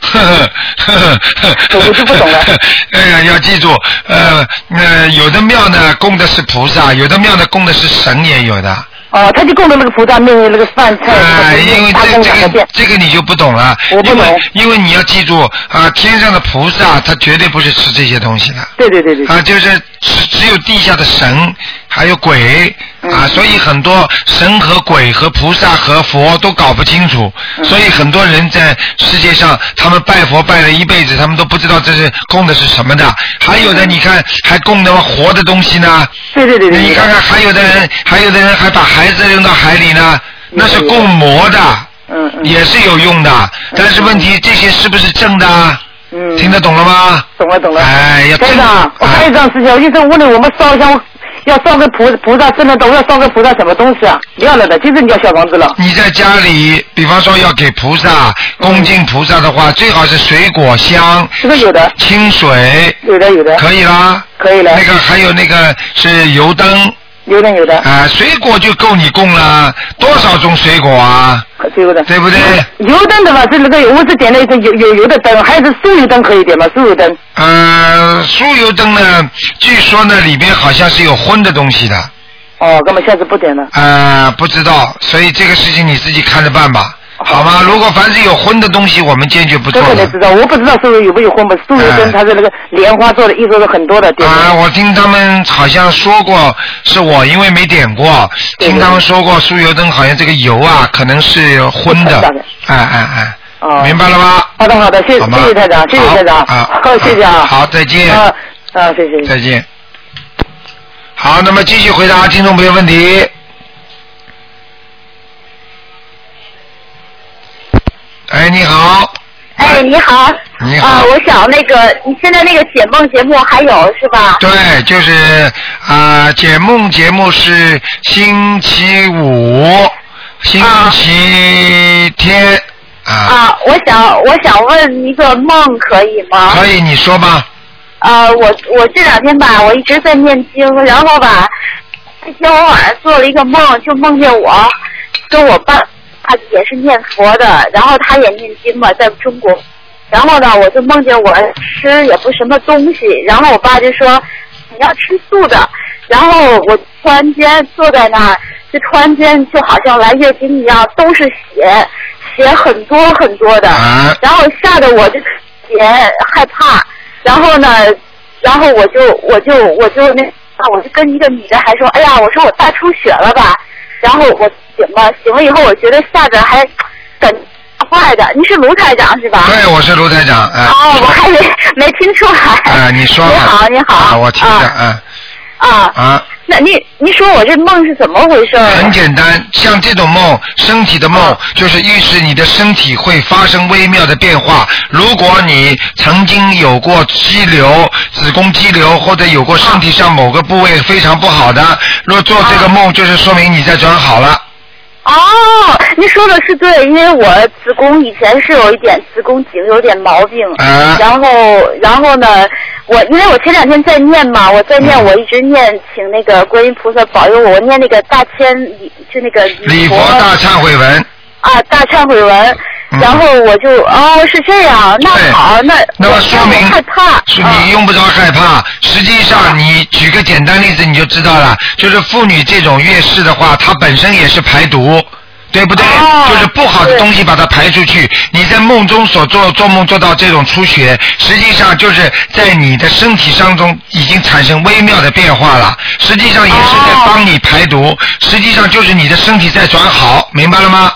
呵呵呵呵，
我就不懂了。
哎呀，要记住，呃，呃，有的庙呢供的是菩萨，有的庙呢供的是神，也有的。
哦，他就供了那个菩萨命令那个饭菜，
啊，因为
大
这
供养
这个
的店。
这个你就不懂了，
我不
因为
懂
因为你要记住啊，天上的菩萨他绝对不是吃这些东西的
对对对对，
啊，就是只只有地下的神还有鬼啊，
嗯
所以很多神和鬼和菩萨和佛都搞不清楚，
嗯
所以很多人在世界上他们拜佛拜了一辈子，他们都不知道这是供的是什么的，还有的你看还供的活的东西呢，
嗯对对对对。
你看看，还有的人，还有的人还把孩子扔到海里呢，那是供魔的，
嗯嗯，
也是有用的。但是问题，这些是不是正的啊？
嗯
听得懂了吗？
懂了懂啊了。
哎呀，
台
真的
长，我还有一
哎
桩事情，我就在问了，我们烧香要烧个菩菩萨，真的都要烧个菩萨什么东西啊？不要了的，就是你要小房子了。
你在家里，比方说要给菩萨
嗯
恭敬菩萨的话，最好是水果香、
这个有的，
清水，
有的有的，
可以啦。
可以了，
那个还有那个是油灯
有的有的，
啊、水果就够你供了，多少种水果啊，
最后的。
对不对？
油灯的吧，是那个我只点了一个有有油的灯，还有是酥油灯可以点吗？酥油灯。
呃，酥油灯呢，据说呢里边好像是有荤的东西的，
哦，那么下次不点了。
呃，不知道，所以这个事情你自己看着办吧，好吗？如果凡是有荤的东西，我们坚决不
这
做
个
的
能。知道，我不知道酥油有没有荤吧？酥油
哎
灯它是那个莲花做的，一说是很多的，点
啊，
的。
我听他们好像说过，是我因为没点过，
对对
听他们说过酥油灯好像这个油啊可能是荤的
大概，
哎哎
哦
哎，明白了吗？
好的好的，谢谢
好吗
谢谢台长，谢谢
好
台长，
啊
好谢谢啊。
好再见
啊啊，谢谢。
再见。好，那么继续回答听众朋友问题。哎，你好，
哎，你好。
你好
啊、我想那个，你现在那个解梦节目还有是吧？
对，就是啊、解梦节目是星期五、星期天啊，
啊，我想我想问一个梦可以吗？
可以，你说吧。
呃，我我这两天吧，我一直在念经，然后吧，那天我晚上做了一个梦，就梦见我跟我爸爸也是念佛的，然后他也念经嘛，在中国。然后呢，我就梦见我吃也不什么东西，然后我爸就说你要吃素的，然后我突然间坐在那儿，就突然间就好像来月经一样，都是血，血很多很多的。
啊，
然后吓得我就也害怕，然后呢，然后我就我就我就那啊，我就跟一个女的还说，哎呀，我说我大出血了吧，然后我醒了，醒了以后我觉得吓得还感觉坏的，你是卢台长是吧？
对，我是卢台长，哎、
哦，我还没没听出来。
哎、你说吧。
你好，你好。
啊，我听着，嗯、
啊啊，
啊
那你你说我这梦是怎么回事儿？啊
很简单，像这种梦，身体的梦，就是预示你的身体会发生微妙的变化。如果你曾经有过肌瘤，子宫肌瘤或者有过身体上某个部位非常不好的，如果做
啊
这个梦，就是说明你在转好了。
哦，您说的是对，因为我子宫以前是有一点子宫颈有点毛病，
啊
然后然后呢，我因为我前两天在念嘛，我在
嗯
念，我一直念，请那个观音菩萨保佑我，我念那个大千礼，就那个
礼佛大忏悔文，
啊大忏悔文，
嗯
然后我就哦是这样，那
对
好那
那么
我
说
我
明
害怕，
是
啊
你用不着害怕。实际上，你举个简单例子你就知道了，就是妇女这种月事的话，它本身也是排毒。对不对？
哦
就是不好的
对
东西把它排出去。你在梦中所做做梦做到这种出血，实际上就是在你的身体当中已经产生微妙的变化了。实际上也是在
哦
帮你排毒，实际上就是你的身体在转好，明白了吗？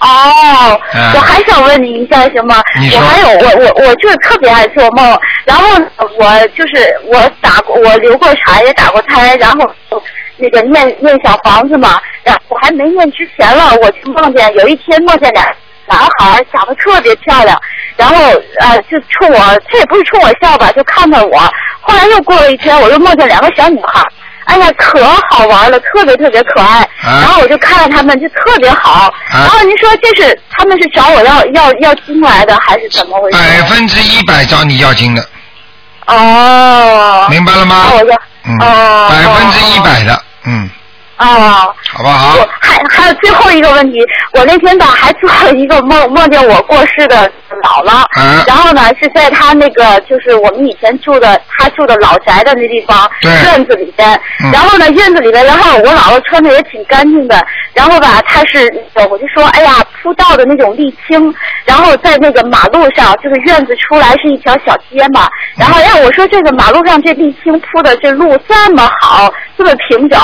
哦，
嗯
我还想问你一下，行吗？
你说
我还有我我我就是特别爱做梦，然后我就是我打过我流过产也打过胎，然后那个念念小房子嘛，然后我还没念之前了，我就梦见有一天梦见俩男孩儿长得特别漂亮，然后呃就冲我，他也不是冲我笑吧，就看看我。后来又过了一天，我又梦见两个小女孩儿，哎呀，可好玩了，特别特别可爱。
啊
然后我就看着他们，就特别好。然后您说这是他们是找我要要要金来的，还是怎么回事？
百分之一百找你要经的，
哦，
明白了吗？
那我就
嗯，
哦
百分之一百的，嗯，
哦。
好不好？
我还还有最后一个问题，我那天吧还做了一个梦，梦见我过世的姥姥，
啊
然后呢是在她那个就是我们以前住的她住的老宅的那地方
对
院子里边，
嗯
然后呢院子里边，然后我姥姥穿的也挺干净的，然后吧她是那个我就说哎呀铺道的那种沥青，然后在那个马路上就是院子出来是一条小街嘛，然后哎我说这个马路上这沥青铺的这路这么好，这么平整，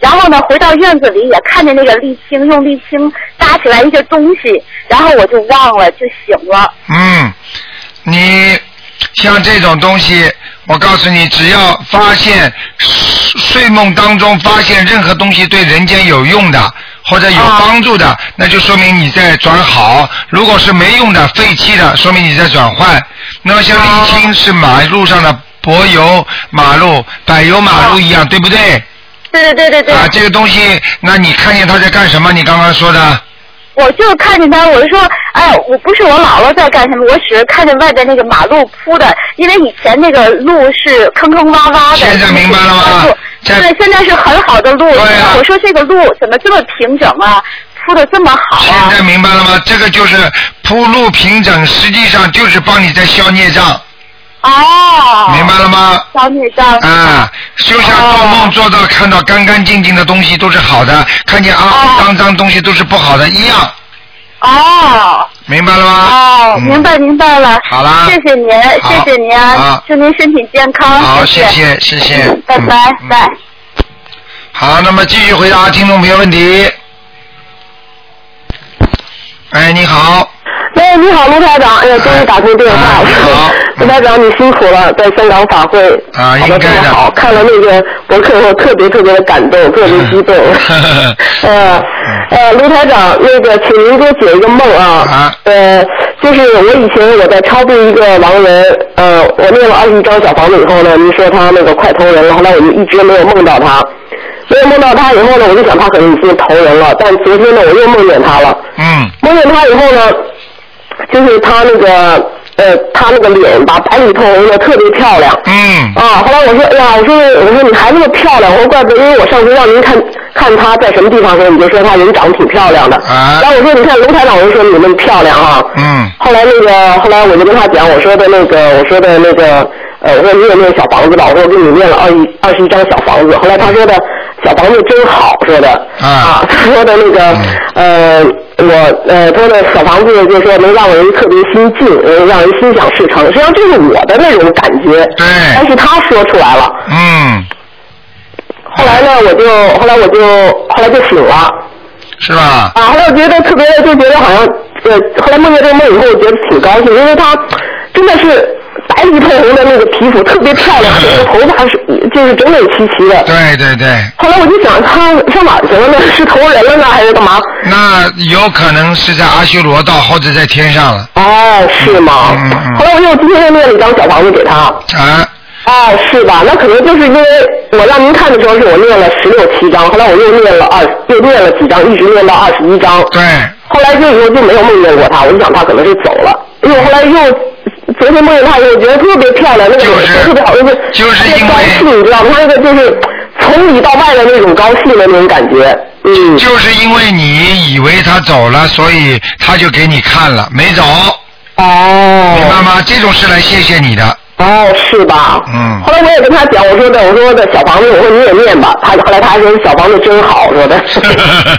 然后呢，回到院子里也看见那个沥青，用沥青搭起来一个东西，然后我就忘了，就醒了。
嗯，你像这种东西，我告诉你，只要发现睡睡梦当中发现任何东西对人间有用的或者有
啊
帮助的，那就说明你在转好；如果是没用的、废弃的，说明你在转换。那么像沥
哦
青是马路上的柏油马路、柏油马路一样，对不对？
哦对对对对对，
啊，这个东西，那你看见他在干什么？你刚刚说的，
我就看见他，我就说，哎，我不是我姥姥在干什么，我只是看见外边那个马路铺的，因为以前那个路是坑坑洼洼的。
现在明白了吗
对
现在
对，现在是很好的路。
对啊
我说这个路怎么这么平整啊，铺的这么好
现
啊？
在明白了吗？这个就是铺路平整，实际上就是帮你在消孽障，
哦，
明白了吗？
小女生。
啊，就像做梦做
哦
到看到干干净净的东西都是好的，看见啊
哦
脏脏东西都是不好的一样，
哦。
明白了吗？
哦，
嗯
明。白明白了。
好啦
谢谢您，
好
谢谢您
好
啊，祝您身体健康。
好，
谢
谢。谢谢谢，
拜
嗯
拜
嗯
拜。
好，那么继续回答听众朋友问题。哎，你好，
喂，你好，卢台长，哎呀，终于打通电
哎
话了
你 好。
卢台长，你辛苦了，在香港法会
啊应
跑得特
该
别
的。
好，看了那个博客后特别特别的感动，特别激动 呃呃，卢台长，那个，请您给我解一个梦
啊
啊。呃，就是我以前我在超度一个亡人，呃，我念了二十一张小房子以后呢，您说他那个快投人了，后来我就一直没有梦到他。没有梦到他以后呢，我就想他可能已经投人了，但昨天呢，我又梦见他了。
嗯
摸见他以后呢，就是他那个呃，他那个脸吧，白里透红的，特别漂亮。
嗯，
啊，后来我说，哎呀，我说，我说你还那么漂亮，我说怪不得，因为我上次让您看看她在什么地方的时候，你就说她人长得挺漂亮的。
啊
然后我说，你看卢台长，我就说你那么漂亮啊。
嗯
后来那个，后来我就跟他讲，我说的那个，我说的那个，呃，我说你也念小房子吧，我说我给你念了二一二十一张小房子。后来他说的小房子真好，说的
啊
他说的那个呃，
嗯
我呃，他说的小房子就是说能让人特别心静，呃让人心想事成。实际上这是我的那种感觉，
对
但是他说出来了。
嗯，
后来呢，我就后来我就后来就醒了。
是吧？
啊，后来我觉得特别，就觉得好像，呃，后来梦见这个梦以后，我觉得挺高兴，因为她真的是白里透红的那个皮肤，特别漂亮，而且那个头发是就是整整齐齐的。
对对对，
后来我就想，她上哪儿去了呢？是投人了呢，还是干嘛？
那有可能是在阿修罗道或者在天上了
哦，是吗？
嗯嗯嗯
后来我又今天又念了一张小房子给她，
啊。
哦，是吧？那可能就是因为我让您看的时候是我念了十六七章，后来我又念了二，又念了几章，一直念到二十一章。
对，
后来就我就没有梦见过他，我就想他可能是走了。因为我后来又昨天梦见他，我觉得特别漂亮，那个
就是
特别好，就是
就是
特别
因
高
为
兴，你知道吗？他那个就是从里到外的那种高兴的那种感觉。嗯，
就是因为你以为他走了，所以他就给你看了，没走，
哦
明白吗？这种是来谢谢你的，
哦，是吧？
嗯
后来我也跟他讲，我说的，我说的小房子，我说你也念吧。他后来他还说小房子真好，说的。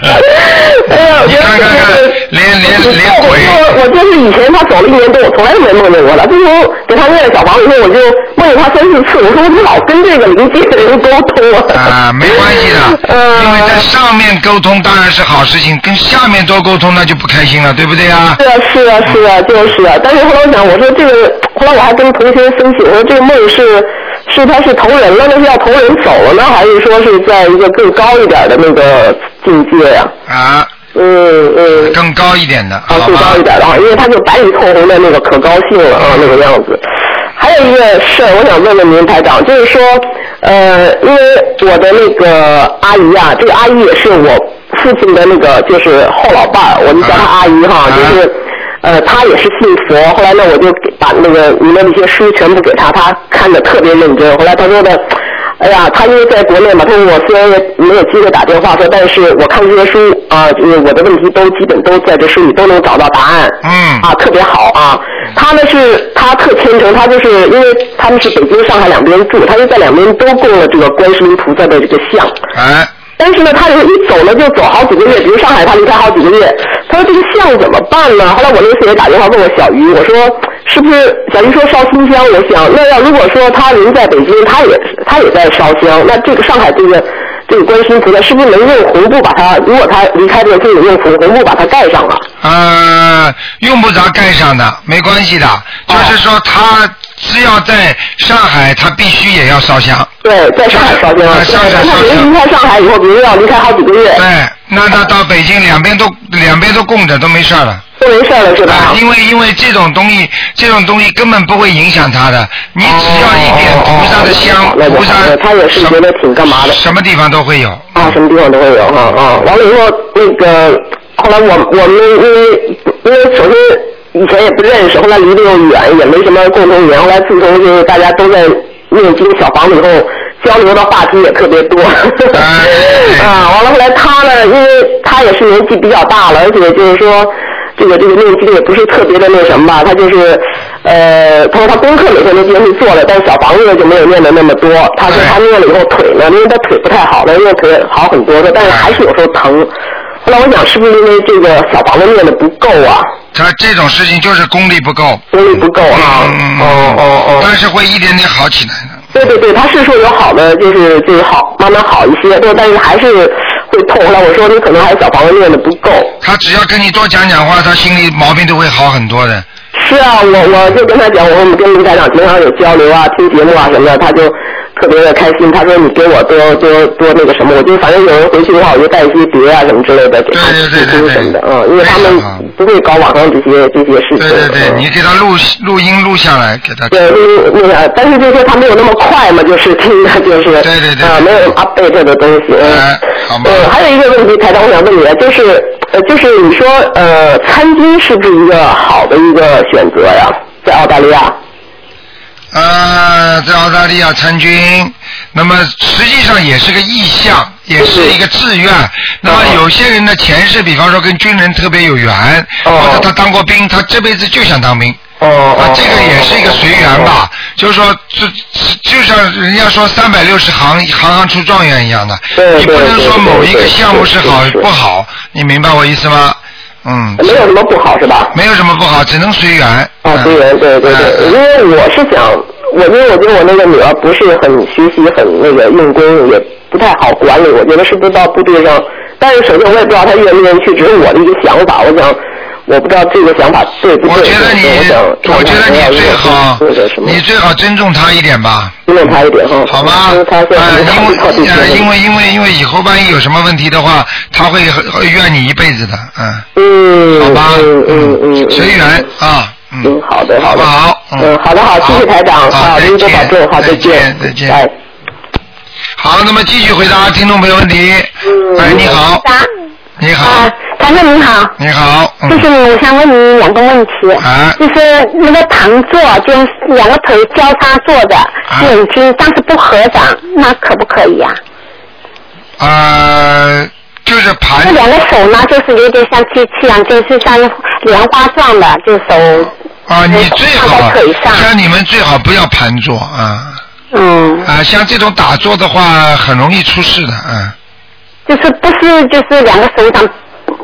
哎呀，我
你
觉
看看看
得
连连
就是
连鬼
我我就是以前他走了一年多，我从来没梦见过他。自从给他念了小房子以后，我就梦见他三四次。我说你老跟这个灵界的人沟通
啊，没关系的，
嗯。
因为在上面沟通当然是好事情，跟下面多沟通那就不开心了，对不对啊
是？啊，是啊，是啊，就是啊。但是后来我想，我说这个，后来我还跟同学分析，我说这个梦是是他是投人了，那是要投人走了呢，还是说是在一个更高一点的那个境界呀、
啊，
嗯嗯。
更高一点的，
啊，
好
更
吧
高一？点的啊，因为他就白里透红的那个可高兴了啊，那个样子。还有一个事儿，我想问问您台长，就是说，呃，因为我的那个阿姨啊，这个阿姨也是我父亲的那个就是后老伴儿，我们叫她阿姨哈，
啊
就是呃，她也是信佛，后来呢，我就给把那个您的那些书全部给她，她看的特别认真，后来她说的。哎呀，她因为在国内嘛，她说我虽然也没有机会打电话说，但是我看这些书啊、就是我的问题都基本都在这书里都能找到答案。
嗯
啊，特别好啊。他呢是，他特虔诚，他就是因为他们是北京、上海两边住，他就在两边都供了这个观世音菩萨的这个像。
哎，
但是呢，他这个一走呢就走好几个月，比如上海他离开好几个月，他说这个像怎么办呢？后来我那次也打电话问我小鱼，我说是不是小鱼说烧新香？我想那要如果说他人在北京，他也他也在烧香，那这个上海这个这个观世音菩萨是不是能用红布把它？如果他离开这个地里用红红布把它盖上啊了？
呃，用不着盖上的，没关系的，
哦
就是说他只要在上海，他必须也要烧香。
对，在上海烧香，
在上海烧香
他人离开上海以后，比如要离开好几个月，
对，那他到北京两边都两边都供着都没事儿了。
都没事儿了是吧
啊，？因为因为这种东西，这种东西根本不会影响他的。你
哦
只要一点菩萨的香，
那就好
菩萨
那他也是
什么
觉得挺干嘛的
什么地方都会有。
啊，什么地方都会有哈啊。完了以后，那个后来我我们因为因为首先以前也不认识，后来离得又远，也没什么共同语言。后来自从就是大家都在念经小房子以后，交流的话题也特别多。
哎
啊，完了后来他呢，因为他也是年纪比较大了，而且就是说。这个这个念经也不是特别的那什么吧，他就是，呃，他说他功课每天都坚持做了，但是小房子呢就没有念的那么多。他说他念了以后腿呢，因为他腿不太好了，因为腿好很多的，但是还是有时候疼。后来我想是不是因为这个小房子念的不够啊，
他这种事情就是功力不够。
功力不够啊？
嗯，
哦
但是会一点点好起来的。
对对对，他是说有好的，就是就是好，慢慢好一些，但但是还是会痛。后来我说你可能还是小房子念的不够。
他只要跟你多讲讲话，他心里毛病都会好很多的。
是啊，我我就跟他讲，我说我们跟林台长经常有交流啊，听节目啊什么的，他就特别的开心。他说你给我多多多那个什么，我就反正有人回去的话，我就带一些碟啊什么之类的给他
对对对对
听
对
什么的，嗯，因为他
非
们
常好
不会搞网上这些这些事情。
对对对，
嗯
你给他录录音录下来给他。
对，就是那个，但是就是说他没有那么快嘛，就是听的就是
对对对
啊、没有 update 这个东西。
哎好嘛
呃，还有一个问题，台长，我想问你，就是呃，就是你说呃，参军是不是一个好的一个选择呀？在澳大利亚？
呃，在澳大利亚参军，那么实际上也是个意向，也是一个志愿。
嗯
那么有些人的前世，比方说跟军人特别有缘，
哦
或者他当过兵，他这辈子就想当兵。
哦
啊，这个也是一个随缘吧，就是说，就就像人家说三百六十行，行行出状元一样的，
对
你不能
对
说
对
某一个
对
项目是好
对对
不好，你明白我意思吗？嗯，
没有什么不好是吧？
没有什么不好，只能随缘。
啊，对
嗯
对对
嗯
对，因为我是想，我因为我觉得我那个女儿不是很学习，很那个用功，也不太好管理，我觉得是不是到部队上？但是首先我也不知道她愿不愿意去，只是我的一个想法，我想。我不知道这个想法对不对。
我觉得
我
你
想，
我觉得你最好
或者什，么，
你最好尊重他一点吧，
尊重他一点哈，
好吗？
因为嗯他现在
呃，
很
因为
靠近这
呃
个
因为因为因为以后万一有什么问题的话，他会会怨你一辈子的，嗯，
嗯，
好吧，
嗯嗯嗯，嗯
随缘啊，
嗯，好的，
好
的
不，好？
嗯，好的，好，谢谢台长，啊好，您多保重，好，再见，
再见。
哎，
好，那么继续回答听众朋友问题。
嗯
哎，你好，你好
啊，，台长您好，
你好，
就
嗯，
是我想问你两个问题，
啊
就是那个盘坐，就是两个腿交叉坐的，
啊
眼睛但是不合掌，那可不可以啊？
呃，就是
这
盘
两个手呢，就是有点像机器啊，就是像莲花状的，就手，
啊，你最好
放在腿上
像你们最好不要盘坐啊
嗯，
啊，像这种打坐的话，很容易出事的啊，
就是不是就是两个手掌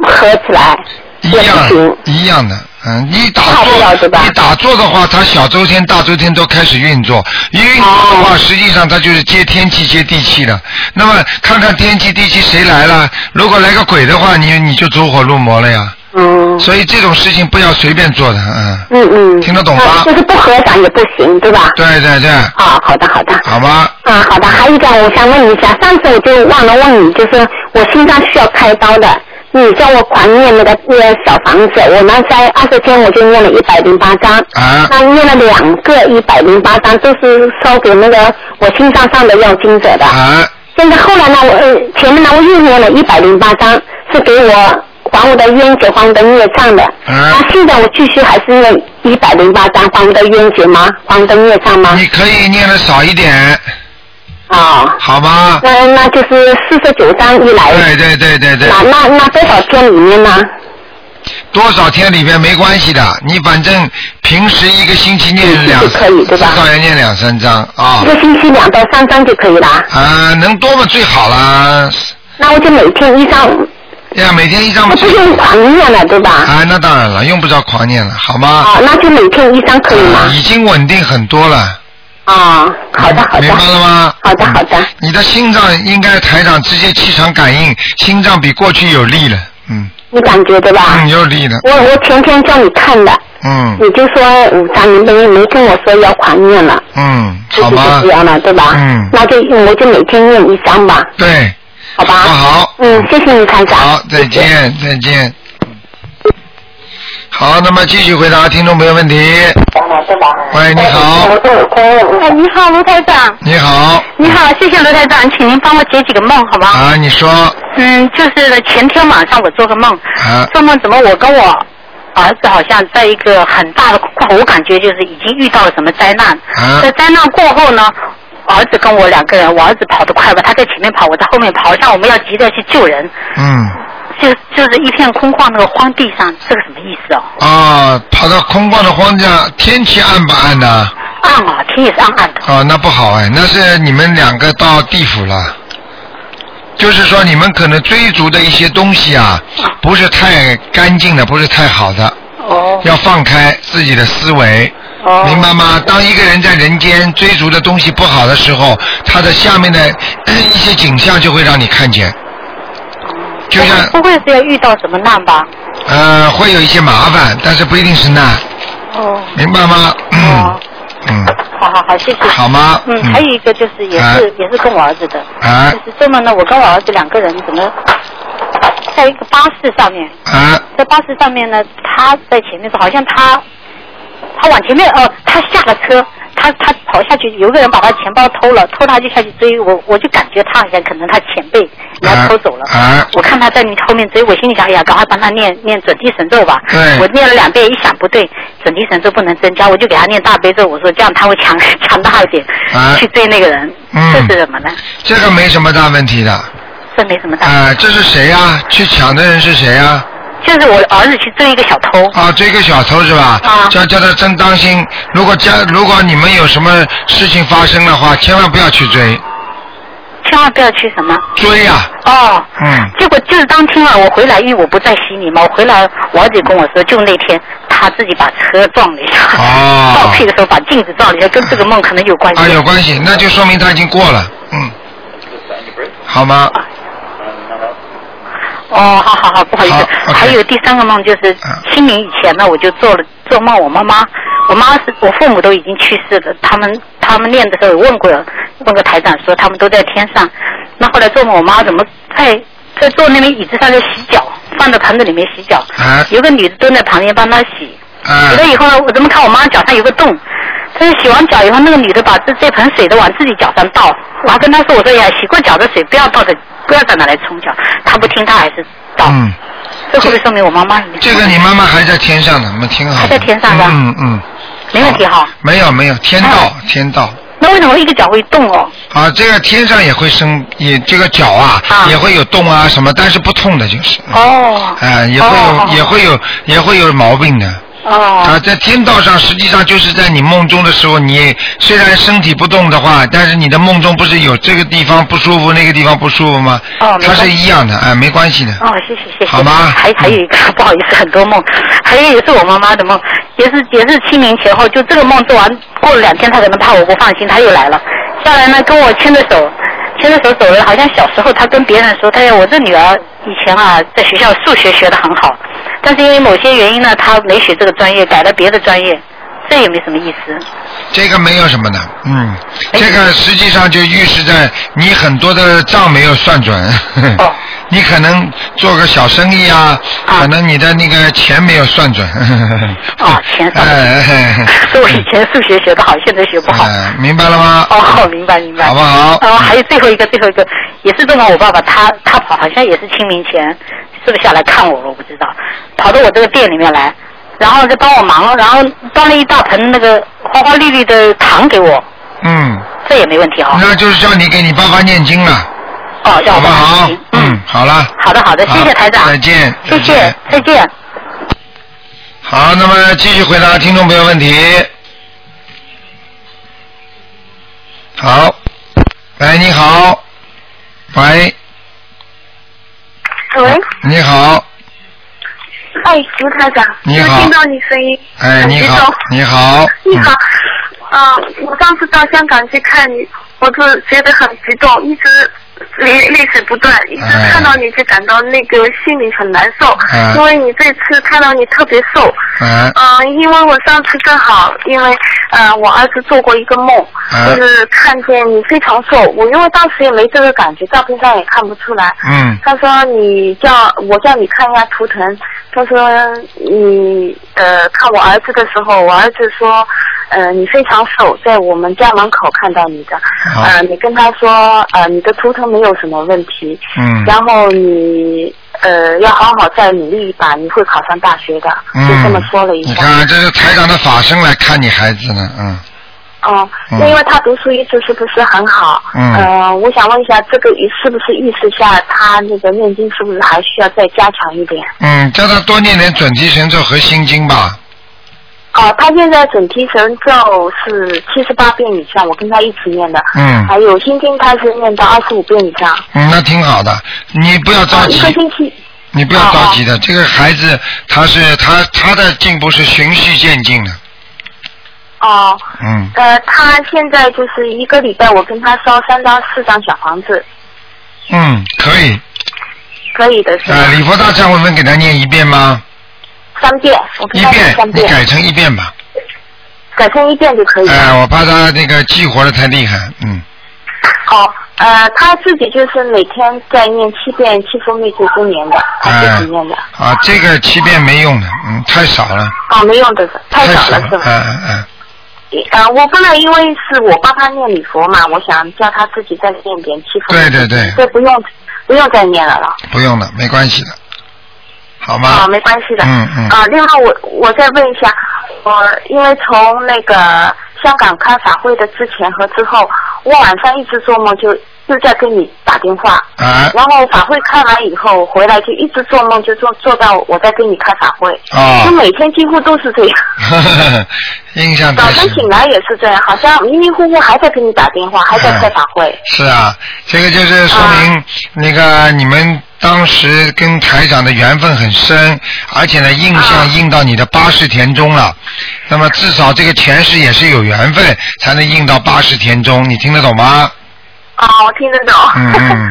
合起来，
一
也不
样
行
一样的。嗯，你打
怕不了是
坐，
吧
你打坐的话，它小周天、大周天都开始运作。一运作
哦
的话，实际上它就是接天气、接地气的。那么看看天气、地气谁来了，如果来个鬼的话，你你就走火入魔了呀。
嗯。
所以这种事情不要随便做的，嗯。
嗯嗯，
听得懂吗
啊就是不合掌也不行，对吧？
对对对，
啊，好的好的。
好吗？
啊，好的。还有一个，我想问一下，上次我就忘了问你，就是我心脏需要开刀的，你叫我狂念那个念小房子，我呢在二十天我就念了一百零八章，
啊，
那念了两个一百零八章，都是烧给那个我心脏上的要经者的。
啊，
现在后来呢，我呃前面呢我又念了一百零八章，是给我还我的冤结、还我的孽障的。
嗯
那现在我继续还是念一百零八章还我的冤结吗？还我的孽障吗？
你可以念的少一点，
啊、
好吗？
那那就是四十九章一来，
对对对对对，
那那那多少天里面呢？
多少天里面没关系的，你反正平时一个星期念两，
就可以
至
对吧
少要念两三张啊
一个星期两到三张就可以啦。啊
啊，能多嘛最好啦，
那我就每天一张，
呀，啊每天一张
那
不
不
行
用狂念了对吧？
啊，那当然了，用不着狂念了，好吗？
啊，那就每天一张可以
啊
吗？
已经稳定很多了，
啊，好的好
明白
的，
了吗？
好的好的
嗯你的心脏应该台长直接气场感应，心脏比过去有力了，嗯，
你感觉对吧？
嗯，有力了，
我我前天叫你看的，
嗯
你就说五张，你没没跟我说要狂念了，
嗯，
就
好
是
吗
这？样了对吧？
嗯
那就我就每天念一张吧，
对，
好吧？
不好，
嗯，谢谢你台长。
好，再见，再见。好，那么继续回答听众朋友问题。喂，你嗯好，
哎，你好，卢台长。
你好，嗯
你好，谢谢卢台长，请您帮我解几个梦，好吗？
啊，你说
嗯，就是前天晚上我做个梦，
啊
做梦怎么我跟我儿子好像在一个很大的困惑，我感觉就是已经遇到了什么灾难。
啊
在灾难过后呢，儿子跟我两个人，我儿子跑得快吧，他在前面跑，我在后面跑，好像我们要急着去救人，
嗯，
就就是一片空旷那个荒地上，这个什么意思哦？
啊，跑到空旷的荒地，天气暗不暗呢？
暗啊，天也是暗暗的。
哦，那不好哎，那是你们两个到地府了。就是说，你们可能追逐的一些东西啊，不是太干净的，不是太好的，
哦
要放开自己的思维。
哦
明白吗？当一个人在人间追逐的东西不好的时候，他的下面的嗯一些景象就会让你看见，
哦
就像
不会是要遇到什么难吧？
呃，会有一些麻烦，但是不一定是难，
哦。
明白吗？嗯
哦
嗯，
好好好，谢谢。
好吗？
嗯，还有一个就是也是、
啊
也是跟我儿子的，
啊
就是这么呢，我跟我儿子两个人怎么在一个巴士上面，
啊
在巴士上面呢，他在前面走，好像他他往前面哦，他下了车，他他跑下去，有个人把他钱包偷了，偷他就下去追我，我就感觉他好像可能他前辈人家
啊
偷走了。
啊！
我看他在你后面追，我心里想，哎呀，赶快帮他念念准提神咒吧。
对
我念了两遍，一想不对，准提神咒不能增加，我就给他念大悲咒。我说这样他会强强大一点，
啊
去追那个人。
嗯
这是什么呢？
这个没什么大问题的啊、
这没什么大，
这是谁呀、去抢的人是谁呀、
就是我儿子去追一个小偷。
啊，追个小偷是吧？
啊
叫叫他真当心，如果家如果你们有什么事情发生的话，千万不要去追，
千万不要去什么
追啊呀、
哦，
嗯，
结果就是当天啊，我回来，因为我不在悉尼嘛，我回来，我儿子跟我说，就那天他自己把车撞了一下，
哦
倒退的时候把镜子撞了一下，跟这个梦可能有关系。
啊，有关系，那就说明他已经过了，嗯，好吗？
哦，好好好，不好意思
好。，OK
还有第三个梦就是
嗯
清明以前呢，我就做了做梦，我妈妈，我妈是我父母都已经去世了，他们他们念的时候有问过问过台长说他们都在天上，那后来做梦我妈怎么在在坐那边椅子上在洗脚，放在盆子里面洗脚，
啊
有个女的蹲在旁边帮她洗，
啊
洗了以后呢，我怎么看我妈脚上有个洞？她说洗完脚以后，那个女的把这这盆水都往自己脚上倒。我还跟她说，我哎说呀，洗过脚的水不要倒着，不要再拿来冲脚。她不听，她还是倒。
嗯，
这会不会说明我妈妈已经
这个你妈妈还在天上呢，那挺好的。
还在天上呢
嗯嗯，
没问题哈？嗯
没有没有，天道天道。
那为什么一个脚会动哦？
啊，这个天上也会生，也这个脚啊
啊
也会有洞啊什么，但是不痛的就是，
哦
啊，也会
哦
有也会有也会有毛病的。啊，
哦
在天道上，实际上就是在你梦中的时候，你虽然身体不动的话，但是你的梦中不是有这个地方不舒服，那个地方不舒服吗？
哦明
它
白
是一样的，哎，没关系的。
哦，谢谢谢谢。
好吗嗯
还还有一个不好意思，很多梦，还有也是我妈妈的梦，也是也是清明前后，就这个梦做完，过了两天她可能怕我不放心，她又来了，下来呢跟我牵着手。牵着手走了，好像小时候她跟别人说，她说我这女儿以前啊在学校数学学得很好，但是因为某些原因呢，她没学这个专业，改了别的专业，这也没什么意思。
这个没有什么的，嗯，
哎
这个实际上就预示着你很多的账没有算准，
哦
你可能做个小生意啊，
啊
可能你的那个钱没有算准，
哦钱算不准
哎
所以我以前数学学得好，现在学不好。
哎明白了吗？
哦，明白明白。
啊好不好？嗯
哦，还有最后一个，最后一个也是正好我爸爸他他跑，好像也是清明前，是不是下来看我了？我不知道，跑到我这个店里面来，然后就帮我忙，然后端了一大盆那个花花绿绿的糖给我，
嗯，
这也没问题哈、
那就是叫你给你爸爸念经了，
哦，要
好
我
不
爸爸
好
放心？
嗯
嗯，，
好了。
好的好的，谢谢
好
台长，
再见
谢
再见
谢，再见。
好，那么继续回答听众朋友问题。好，喂，你好，喂，
喂，
你好，
哎，卢台长，
你
又
好
听到你声音，
哎，
很
你
激
好
动，
你好，
你好
嗯，
啊、我上次到香港去看你，我就觉得很激动，一直泪泪水不断，一直
哎
看到你就感到那个心里很难受，
哎
因为你这次看到你特别瘦。
哎，
嗯，因为我上次正好，因为呃，我儿子做过一个梦，
哎
就是看见你非常瘦，我因为当时也没这个感觉，照片上也看不出来。
嗯，
他说你叫我叫你看一下图腾，他说你呃看我儿子的时候，我儿子说呃你非常瘦，在我们家门口看到你的，
好，
呃你跟他说呃你的图腾没有什么问题，
嗯，
然后你呃要好好再努力一把，你会考上大学的，就这么
嗯
说了一，
你
下。
看，这是台长的法身来看你孩子呢，嗯，
哦，那因为他读书意识是不是很好？
嗯
呃，我想问一下，这个是不是意识下他那个念经是不是还需要再加强一点？
嗯，叫他多念点准提神咒和心经吧，
哦，他现在准提神咒是七十八遍以上，我跟他一起念的。
嗯
还有心经，他是念到二十五遍以上。
嗯，那挺好的，你不要着
啊，一
急，
个星期。
你不要着急
啊
的，这个孩子他是他他的进步是循序渐进的，
哦，
嗯，
呃，他现在就是一个礼拜，我跟他烧三到四张小房子，
嗯，可以。
可以的是吗
呃，礼佛大忏悔文给他念一遍吗？
三遍，我跟
一
他念
遍
三，
你
遍，
改成一遍吧。
改成一遍就可以了。
哎、我怕他那个激活的太厉害，嗯，
哦，呃，他自己就是每天在念七遍七佛灭罪真言的，他自己念的。
啊，这个七遍没用的，嗯，太少了，
哦，没用的，太
少
少了
嗯
是吧？
嗯嗯，
呃，我本来因为是我帮他念礼佛嘛，我想叫他自己再念点七佛。
对对对，
这不用不用再念了了。
不用的，没关系的，好
啊、
吗？
没关系的。
嗯嗯
啊、另外我我再问一下，我因为从那个香港开法会的之前和之后，我晚上一直做梦就就在跟你打电话。
啊
然后法会开完以后回来就一直做梦，就做做到我在跟你开法会，
啊
就，每天几乎都是这样。
印象
早
太
晨
深。
醒来也是这样，好像迷迷糊糊还在跟你打电话，还在开法会。
是啊，这个就是说明那个你们当时跟台长的缘分很深，而且呢印
啊
象印到你的八十田中了。那么至少这个前世也是有缘分，才能印到八十田中，你听得懂吗？
哦，我听得懂。
嗯嗯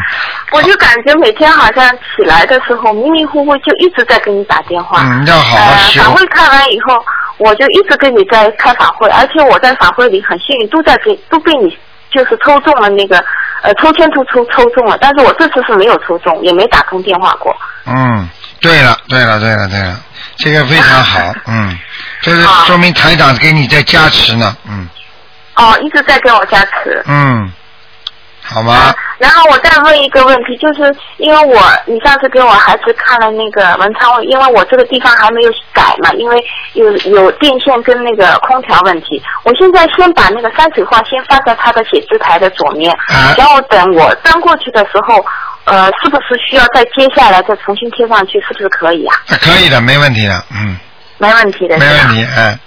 我就感觉每天好像起来的时候迷迷糊糊就一直在跟你打电话。
嗯，要好好
呃，
修。
法会开完以后，我就一直跟你在开法会，而且我在法会里很幸运，都在给都被你就是抽中了那个呃抽签抽抽抽中了，但是我这次是没有抽中，也没打通电话过。
嗯，对了，对了，对了，对了，这个非常好，嗯，这是说明台长给你在加持呢，嗯
哦，一直在给我加持。
嗯，好吗？
然后我再问一个问题，就是因为我你上次给我孩子看了那个文昌位，因为我这个地方还没有改嘛，因为有有电线跟那个空调问题。我现在先把那个山水画先放在他的写字台的左面，然后等我搬过去的时候，呃，是不是需要再接下来再重新贴上去？是不是可以啊？
啊可以的，没问题的，嗯，
没问题的，
没
是吧
问题，哎，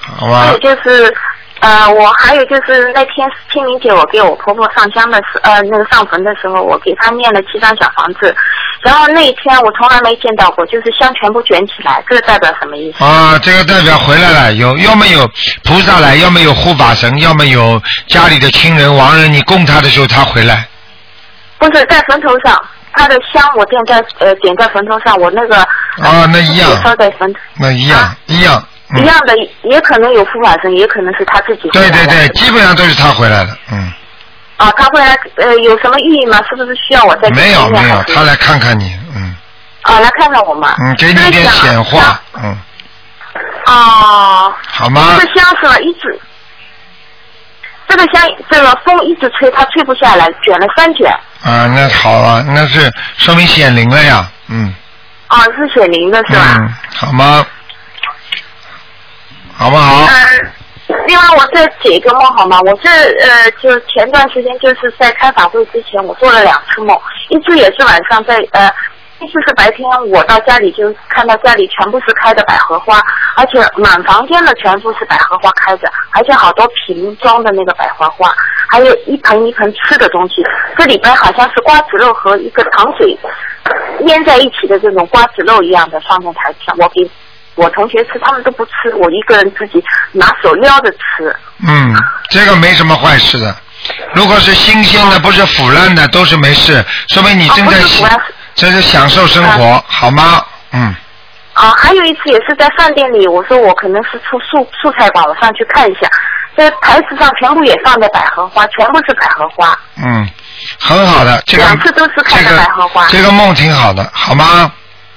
好
还
吧
有，就是，呃，我还有就是那天清明节我给我婆婆上香的时，呃，那个上坟的时候，我给她念了七张小房子，然后那一天我从来没见到过，就是香全部卷起来，这个代表什么意思？
啊，这个代表回来了，有要么有菩萨来，要么有护法神，要么有家里的亲人亡人，你供他的时候他回来，
不是在坟头上，她的香我点在呃点在坟头上，我那个
啊，那一样
也，烧在坟头
那一样，一样，嗯
啊一样的，也可能有护法神，也可能是她自己回
对对
来
对，
的
基本上都是他回来了，嗯，
啊，她回来呃有什么寓意吗？是不是需要我再
没有
念
没有
还，是
他来看看你，嗯
啊来看看我嘛？
嗯，给你一
啊
点显化，嗯，
哦。
好吗
这？个香是吧，一直，这个香这个风一直吹，它吹不下来，卷了三卷。
啊，那好啊，那是说明显灵了呀，嗯
啊，是雪灵的是吧？
嗯，好吗？好不好？
嗯另外，我再解一个梦好吗？我这呃，就前段时间就是在开法会之前，我做了两次梦，一次也是晚上在呃，一次是白天我到家里就看到家里全部是开的百合花，而且满房间的全部是百合花开着，而且好多瓶装的那个百合花，还有一盆一盆吃的东西，这里边好像是瓜子肉和一个糖水粘在一起的这种瓜子肉一样的放在台上，我给我同学吃，他们都不吃，我一个人自己拿手撩着吃。
嗯，这个没什么坏事的。如果是新鲜的，不是腐烂的，都是没事，说明你正在
啊不是腐
享
烂，
这是享受生活，好吗？嗯，
啊，还有一次也是在饭店里，我说我可能是出素素菜馆，我上去看一下，这台子上全部也放着百合花，全部是百合花，
嗯，很好的，这个
两次都是
这
看着百
个
合花，
这个梦挺好的，好吗？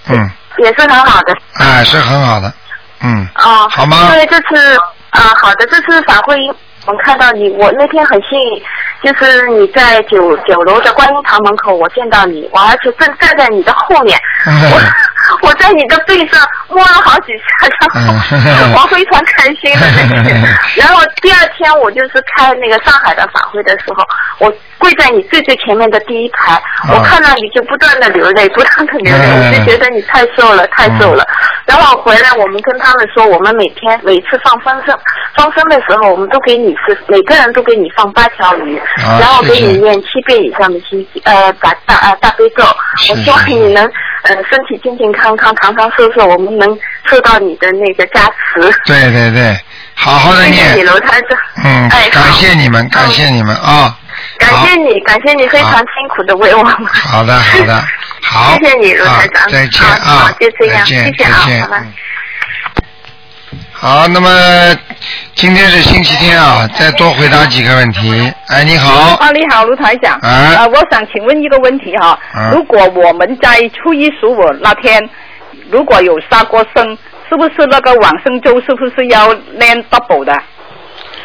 嗯，
也是很好的。
哎，是很好的， 嗯，
啊，
好吗
因为这次啊，好的，这次法会我看到你，我那天很幸运，就是你在九九楼的观音堂门口，我见到你，我而且正站在你的后面，
嗯
我我在你的背上摸了好几下，然
嗯
后我非常开心的那天。然后第二天我就是开那个上海的法会的时候，我跪在你最最前面的第一排，我
啊
看到你就不断的流泪，不断的流泪，我就觉得你太瘦了，太瘦了。然后回来，我们跟他们说，我们每天每次放风筝，放生的时候，我们都给你吃，每个人都给你放八条鱼，
啊
然后给
是
你
是
念七遍以上的心呃大大呃大悲咒。
是
我希望
是
你能呃身体健健康康、长长瘦瘦，我们能受到你的那个加持。
对对对，好好的
谢谢你，
念，
楼台长。
嗯，
哎，
感谢你们，
好
感谢你们啊，
感
好
谢你，感谢你非常
好
辛苦的为我们。
好的好的，好，
谢谢你，卢
啊
台长。
再见
好好
啊，
就这样，
再见
谢谢啊
再，见
拜拜
嗯。好，那么今天是星期天啊，再多回答几个问题。哎，你好，
啊，你好，卢台长。
哎
呃，我想请问一个问题哈、
哎
如果我们在初一十五那天，如果有杀过生，是不是那个往生咒是不是要念 double 的？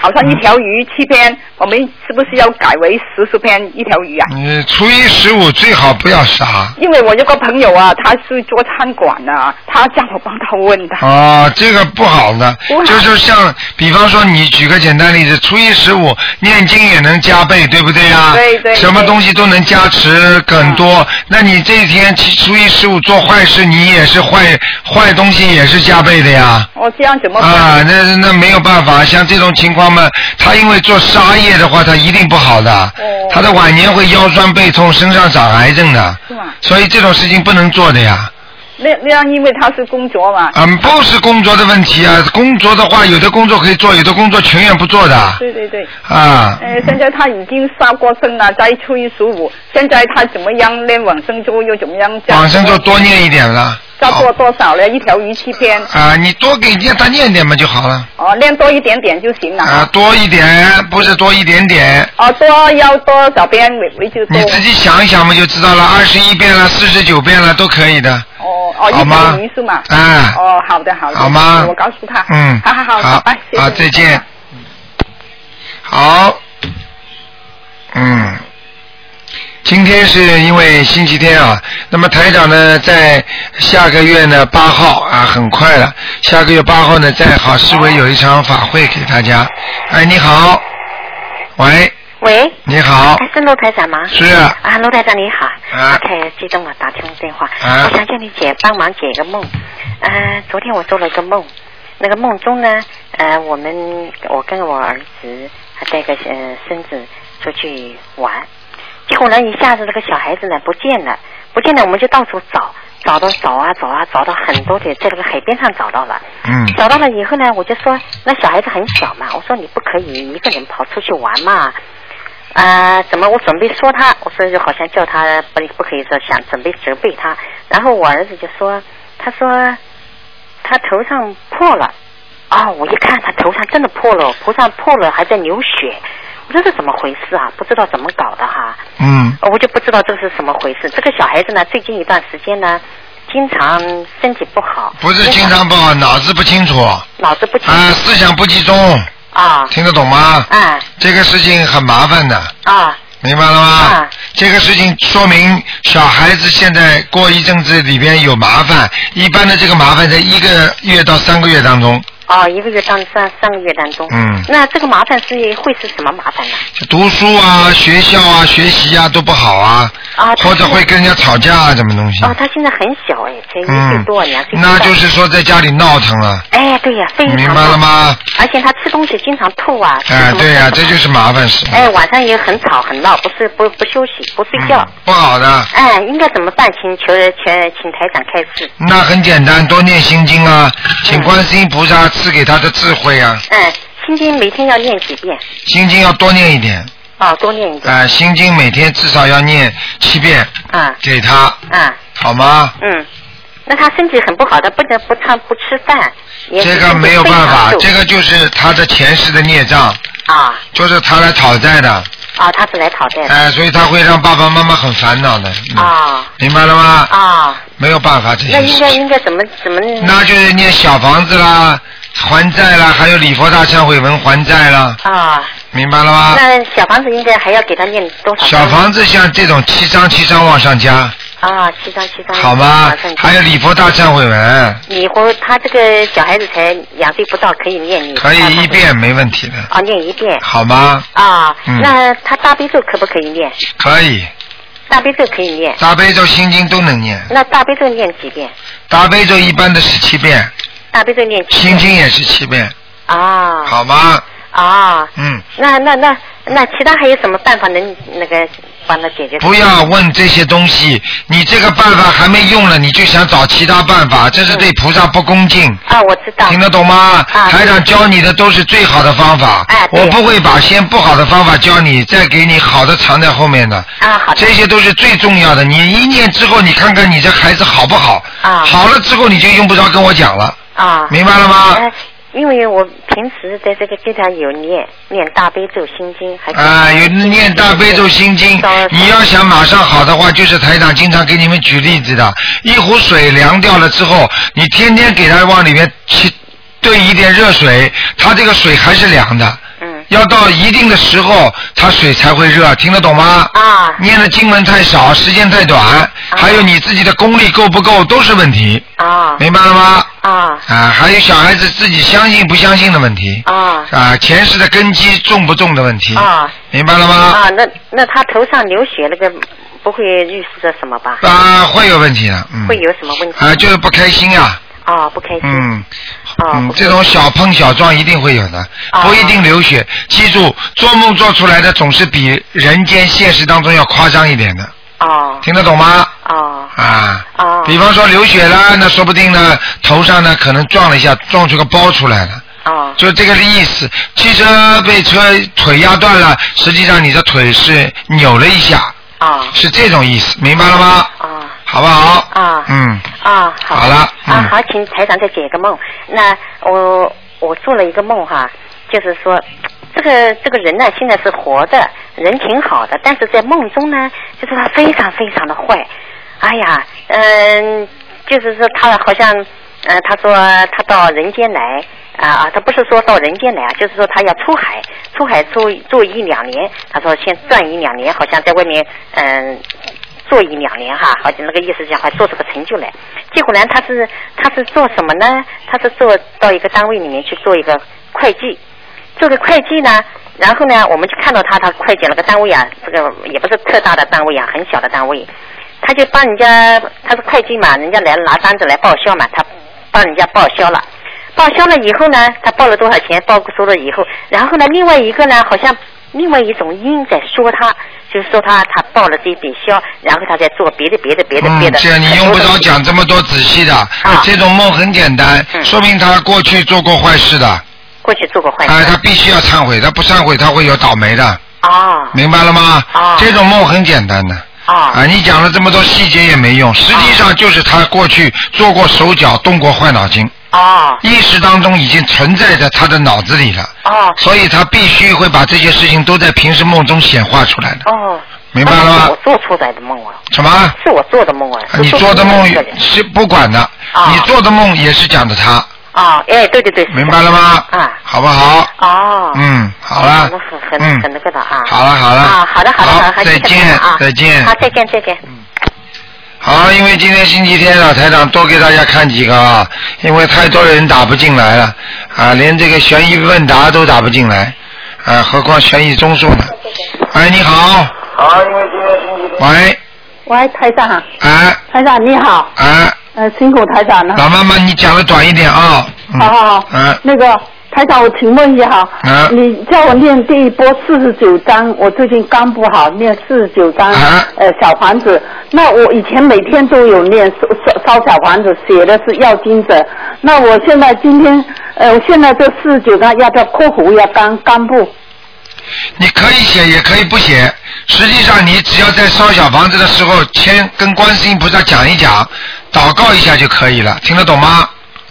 好像一条鱼七篇，我们是不是要改为十四篇一条鱼啊？
你初一十五最好不要杀
因为我有个朋友啊，他是做餐馆的、啊，他叫我帮他问的。
哦，这个不好的
不，好
就是像比方说，你举个简单例子，初一十五念经也能加倍，对不对啊？
对对嗯
什么东西都能加持更多。那你这一天其初一十五做坏事，你也是坏坏东西也是加倍的呀。
我这样怎么办？
啊，那那没有办法，像这种情况嘛，他因为做杀业的话，他一定不好的，
哦
他的晚年会腰酸背痛，身上长癌症的，
是吗？
所以这种事情不能做的呀。
那那样因为他是工作嘛。
嗯，不是工作的问题啊，工作的话，有的工作可以做，有的工作全然不做的
对对对。
啊。
呃，现在他已经杀过生了，在初一十五，现在他怎么样练往生咒又怎么样？
往生咒多念一点了，
要做多少呢？一条鱼七片，
啊，你多给念他念点嘛就好了，
哦，练多一点点就行了。
啊，多一点不是多一点点，
哦，多要多少遍为为就多
你。自己想一想嘛就知道了，二十一遍了，四十九遍了都可以的，
哦哦，
好
一
吗
条鱼是吗？
啊
哦，好的好的。
好吗
我告诉他。
嗯，
好好好，
好
拜拜，谢谢
好，再见。好，嗯，今天是因为星期天啊，那么台长呢，在下个月呢八号啊，很快了，下个月八号呢，在好市委有一场法会给大家。哎，你好，喂，
喂，
你好，
哎，是陆台长吗？
是
啊，陆台长你好。
啊
OK，激动了，打通电话。
啊
我想叫你姐帮忙解个梦。呃，昨天我做了一个梦，那个梦中呢，呃，我们我跟我儿子还带个呃孙子出去玩，结果呢，一下子这个小孩子呢不见了，不见了，我们就到处找，找到找啊找啊，找到很多的，在这个海边上找到了。
嗯
找到了以后呢，我就说那小孩子很小嘛，我说你不可以一个人跑出去玩嘛。啊、怎么我准备说他，我说就好像叫他不不可以说想准备责备他，然后我儿子就说，他说他头上破了，啊、我一看他头上真的破了，头上破了还在流血，我说这怎么回事啊？不知道怎么搞的哈。哦
嗯
我就不知道这是什么回事。这个小孩子呢，最近一段时间呢，经常身体不好，
不是经常不好，脑子不清楚，
脑子不清
啊，思想不集中，
啊
听得懂吗？
啊
这个事情很麻烦的。
啊
明白了吗？
啊
这个事情说明小孩子现在过一阵子里边有麻烦，一般的这个麻烦在一个月到三个月当中，
哦，一个月当三三个月当中，
嗯
那这个麻烦是会是什么麻烦呢？
读书啊、学校啊、学习啊都不好啊，
啊，
或者会跟人家吵架啊，什么东西，
哦，他现在很小哎，才一岁
嗯
多，两岁，多
那就是说在家里闹腾了，
哎，对呀、非常
明白了吗？
而且他吃东西经常吐啊，吃
哎
什，么
对呀、这就是麻烦事，
哎，晚上也很吵很闹，不是不不休息，不睡觉。
不好的。
哎，应该怎么办？请求请请台长开示。
那很简单，多念心经啊，请观世音菩萨赐给他的智慧啊，
嗯，心经每天要念几遍？
心经要多念一点，
哦，多念一点。
啊、心经每天至少要念七遍
啊
给他，
啊
好吗？
嗯，那他身体很不好的，不能不唱不吃饭，也
这个没有办法，这
个
个就是他的前世的孽障，
啊
就是他来讨债的，
啊，他是来讨债
哎、
的
所以他会让爸爸妈妈很烦恼的，嗯、
啊
明白了吗？
啊，
没有办法这些
那应
事，
该应该怎么怎么？
那就是念小房子啦，还债啦，还有礼佛大忏悔文还债啦，
啊，
明白了吗？
那小房子应该还要给他念多少？
小房子像这种七张七张往上加，
啊，七张七张，
好吗
马上？就
还有礼佛大忏悔文，
你或他这个小孩子才两岁不到，可以念你
可
大悲
以一
咒
遍没问题的，
啊，念一遍
好吗？
啊。
嗯
那他大悲咒可不可以念？
可以，
大悲咒可以念。
大悲咒、心经都能念。
那大悲咒念几遍？
大悲咒一般的十七遍，
大悲咒念几
心
遍
经也是七遍，
啊
好吗？
啊，
嗯，
那那那那其他还有什么办法能那个帮他解决？
不要问这些东西，你这个办法还没用了，你就想找其他办法，这是对菩萨不恭敬。
嗯啊，我知道
听得懂吗？
啊
台长教你的都是最好的方法，
哎对
我不会把先不好的方法教你，再给你好的藏在后面的。
啊，好的
这些都是最重要的。你一念之后，你看看你这孩子好不好？
啊
好了之后你就用不着跟我讲了，
啊，
明白了吗？
哎因为我平时在这个经常有念念大悲咒心经，还
啊，有念大悲咒心经
烧烧，
你要想马上好的话，就是台长经常给你们举例子的，一壶水凉掉了之后，你天天给它往里面去兑一点热水，它这个水还是凉的，
嗯
要到一定的时候，它水才会热，听得懂吗？
啊
念的经文太少，时间太短，还有你自己的功力够不够都是问题，
啊
明白了吗？
啊
啊，还有小孩子自己相信不相信的问题，
啊
啊，前世的根基重不重的问题，
啊
明白了吗？
啊，那那他头上流血那个不会预示着什么吧？
啊，会有问题的，嗯。
会有什么问题？
啊，就是不开心啊，
啊，不开心
嗯，
啊
嗯，
不
这种小碰小撞一定会有的，
啊
不一定流血。记住，做梦做出来的总是比人间现实当中要夸张一点的，
啊
听得懂吗？
啊
啊，
啊
比方说流血了，那说不定呢，头上呢可能撞了一下，撞出个包出来了。
啊
就这个意思。汽车被车腿压断了，实际上你的腿是扭了一下，
啊
是这种意思，明白了吗？
啊！
好不好？
啊
嗯，
啊，好
好了嗯
啊，好，请台长再解一个梦。那我我做了一个梦哈，就是说这个这个人呢，现在是活的，人挺好的，但是在梦中呢，就是他非常非常的坏。哎呀，嗯、就是说他好像，呃，他说他到人间来啊啊，他不是说到人间来啊，就是说他要出海，出海出做一两年，他说先赚一两年，好像在外面嗯、做一两年哈，好像那个意思讲话做出个成就来。结果呢，他是他是做什么呢？他是做到一个单位里面去做一个会计，做个会计呢，然后呢，我们就看到他他会计那个单位啊，这个也不是特大的单位啊，很小的单位，他就帮人家他是会计嘛，人家来拿单子来报销嘛，他帮人家报销了。报销了以后呢，他报了多少钱，报收了以后，然后呢，另外一个呢，好像另外一种因在说他，就是说他他报了这一笔销，然后他在做别的别的别的别
嗯，
的。
这你用不着讲这么多啊仔细的，这种梦很简单，说明他过去做过坏事的，啊、
过去做过坏事。
他必须要忏悔，他不忏悔他会有倒霉的，
啊
明白了吗？
啊
这种梦很简单的。
啊
啊，你讲了这么多细节也没用，实际上哦就是他过去做过手脚，动过坏脑筋。哦
啊
意识当中已经存在在他的脑子里了。
啊
所以他必须会把这些事情都在平时梦中显化出来的，
哦，
明白了
那是
吗
我？做出来的梦啊，
什么？
是我做的梦啊。
呃你
是
做的
出
梦
来的人
是不管的，你做的梦也是讲的他，
啊，哎，对对对，
明白了吗？
啊，
好不好？
哦，
嗯，好了
我很很
嗯
很那个的啊。
好了好了
啊，好的好的
好
好的，
再见
谢谢台长啊
再见
好，再见再见。
好，因为今天星期天啊，台长多给大家看几个啊，因为太多人打不进来了啊，连这个悬疑问答都打不进来啊，何况悬疑综述呢？哎，你好，
好，因为今天星期
喂，
喂，台长。
啊。
台长你好。
啊。
呃，辛苦台长了。
老妈妈，你讲的短一点啊，
好好好。
嗯
那个台长，我请问一下哈。
嗯
你叫我念第一波四十九章，我最近肝不好，念四十九章。呃，小房子。那我以前每天都有念烧烧烧小房子，写的是要经者。那我现在今天，呃，我现在这四十九章要不要括弧要肝肝部？
你可以写也可以不写，实际上你只要在烧小房子的时候，先跟观世音菩萨讲一讲，祷告一下就可以了，听得懂吗？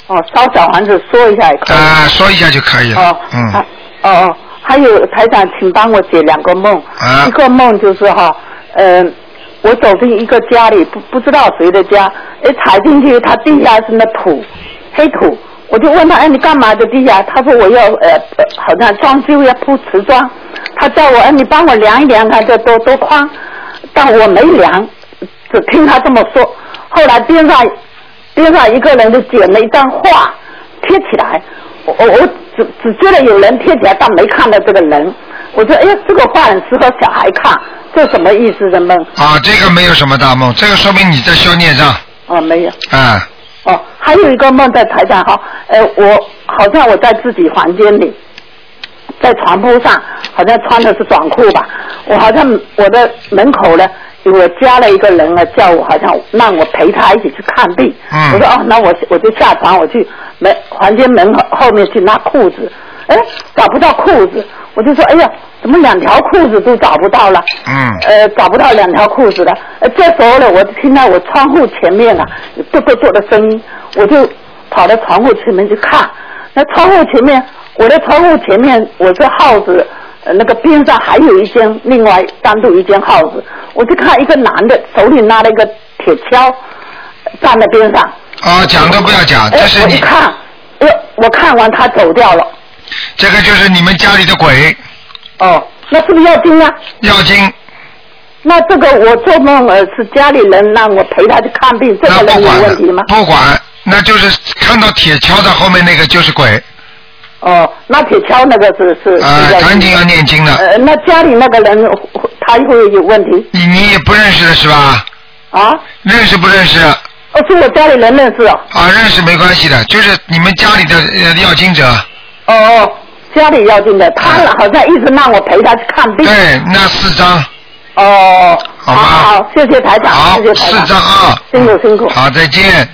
哦，烧小房子说一下也可以。
啊，说一下就可以了。
哦
嗯，
哦哦，还有台长，请帮我解两个梦。
啊
一个梦就是哈，呃，我走进一个家里，不不知道谁的家，一踩进去，他地下是那土，黑土。我就问他，哎，你干嘛的地下？他说我要呃，呃好像装修要铺瓷砖。他叫我，哎，你帮我量一量看这多多宽，但我没量，只听他这么说。后来边上边上一个人就捡了一张画贴起来，我我我只只觉得有人贴起来，但没看到这个人。我说，哎，这个画很适合小孩看，这什么意思？人们
啊，这个没有什么大梦，这个说明你在消孽障
哦，没有
啊。
哦，还有一个梦在台上哈，呃，我好像我在自己房间里，在床铺上，好像穿的是短裤吧，我好像我的门口呢。我加了一个人啊，叫我好像让我陪他一起去看病。
嗯
我说哦，那我我就下床，我去门房间门口后面去拿裤子，哎，找不到裤子，我就说哎呀，怎么两条裤子都找不到了？
嗯
呃，找不到两条裤子了。呃，这时候呢，我听到我窗户前面啊，有跺跺跺的声音，我就跑到窗户前面去看。那窗户前面，我的窗户前面，我这耗子，呃，那个边上还有一间，另外单独一间耗子，我就看一个男的手里拿了一个铁锹，呃站在边上。
啊，讲都不要讲，这
哎，
是
我
你
一看，哎、我看完他走掉了。
这个就是你们家里的鬼。
哦，那是不是要经啊？
要经。
那这个我做梦呃是家里人让我陪他去看病，这个人有问题吗？
不管，那就是看到铁锹的后面那个就是鬼。
哦，那铁锹那个是是。
啊
是
赶紧要念经了
呃，那家里那个人他会有问题
你你也不认识的是吧？
啊？
认识不认识？
哦，是我家里人认识哦。
啊，认识没关系的，就是你们家里的呃要经者。
哦哦，家里要紧的，他好像一直让我陪他去看病。
对，那四张。
哦，好好，谢谢台长，谢谢台
四
长，
张啊，
辛苦辛苦。
好，再见。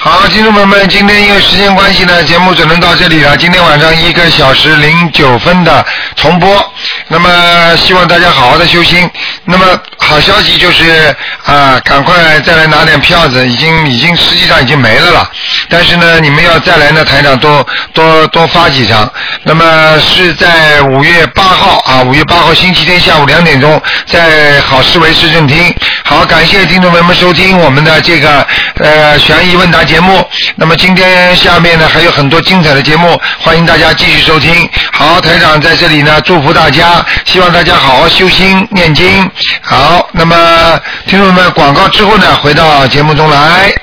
好，听众朋友们，今天因为时间关系呢，节目只能到这里了。今天晚上一个小时零九分的重播，那么希望大家好好的修心。那么好消息就是啊，赶快再来拿点票子，已经已经实际上已经没了了。但是呢，你们要再来呢，台长多多多发几张。那么是在五月八号啊，五月八号星期天下午两点钟，在好市委市政厅。好，感谢听众朋友们收听我们的这个呃悬疑问答节目。那么今天下面呢还有很多精彩的节目，欢迎大家继续收听。好，台长在这里呢祝福大家，希望大家好好修心念经。好，那么听众们广告之后呢回到节目中来。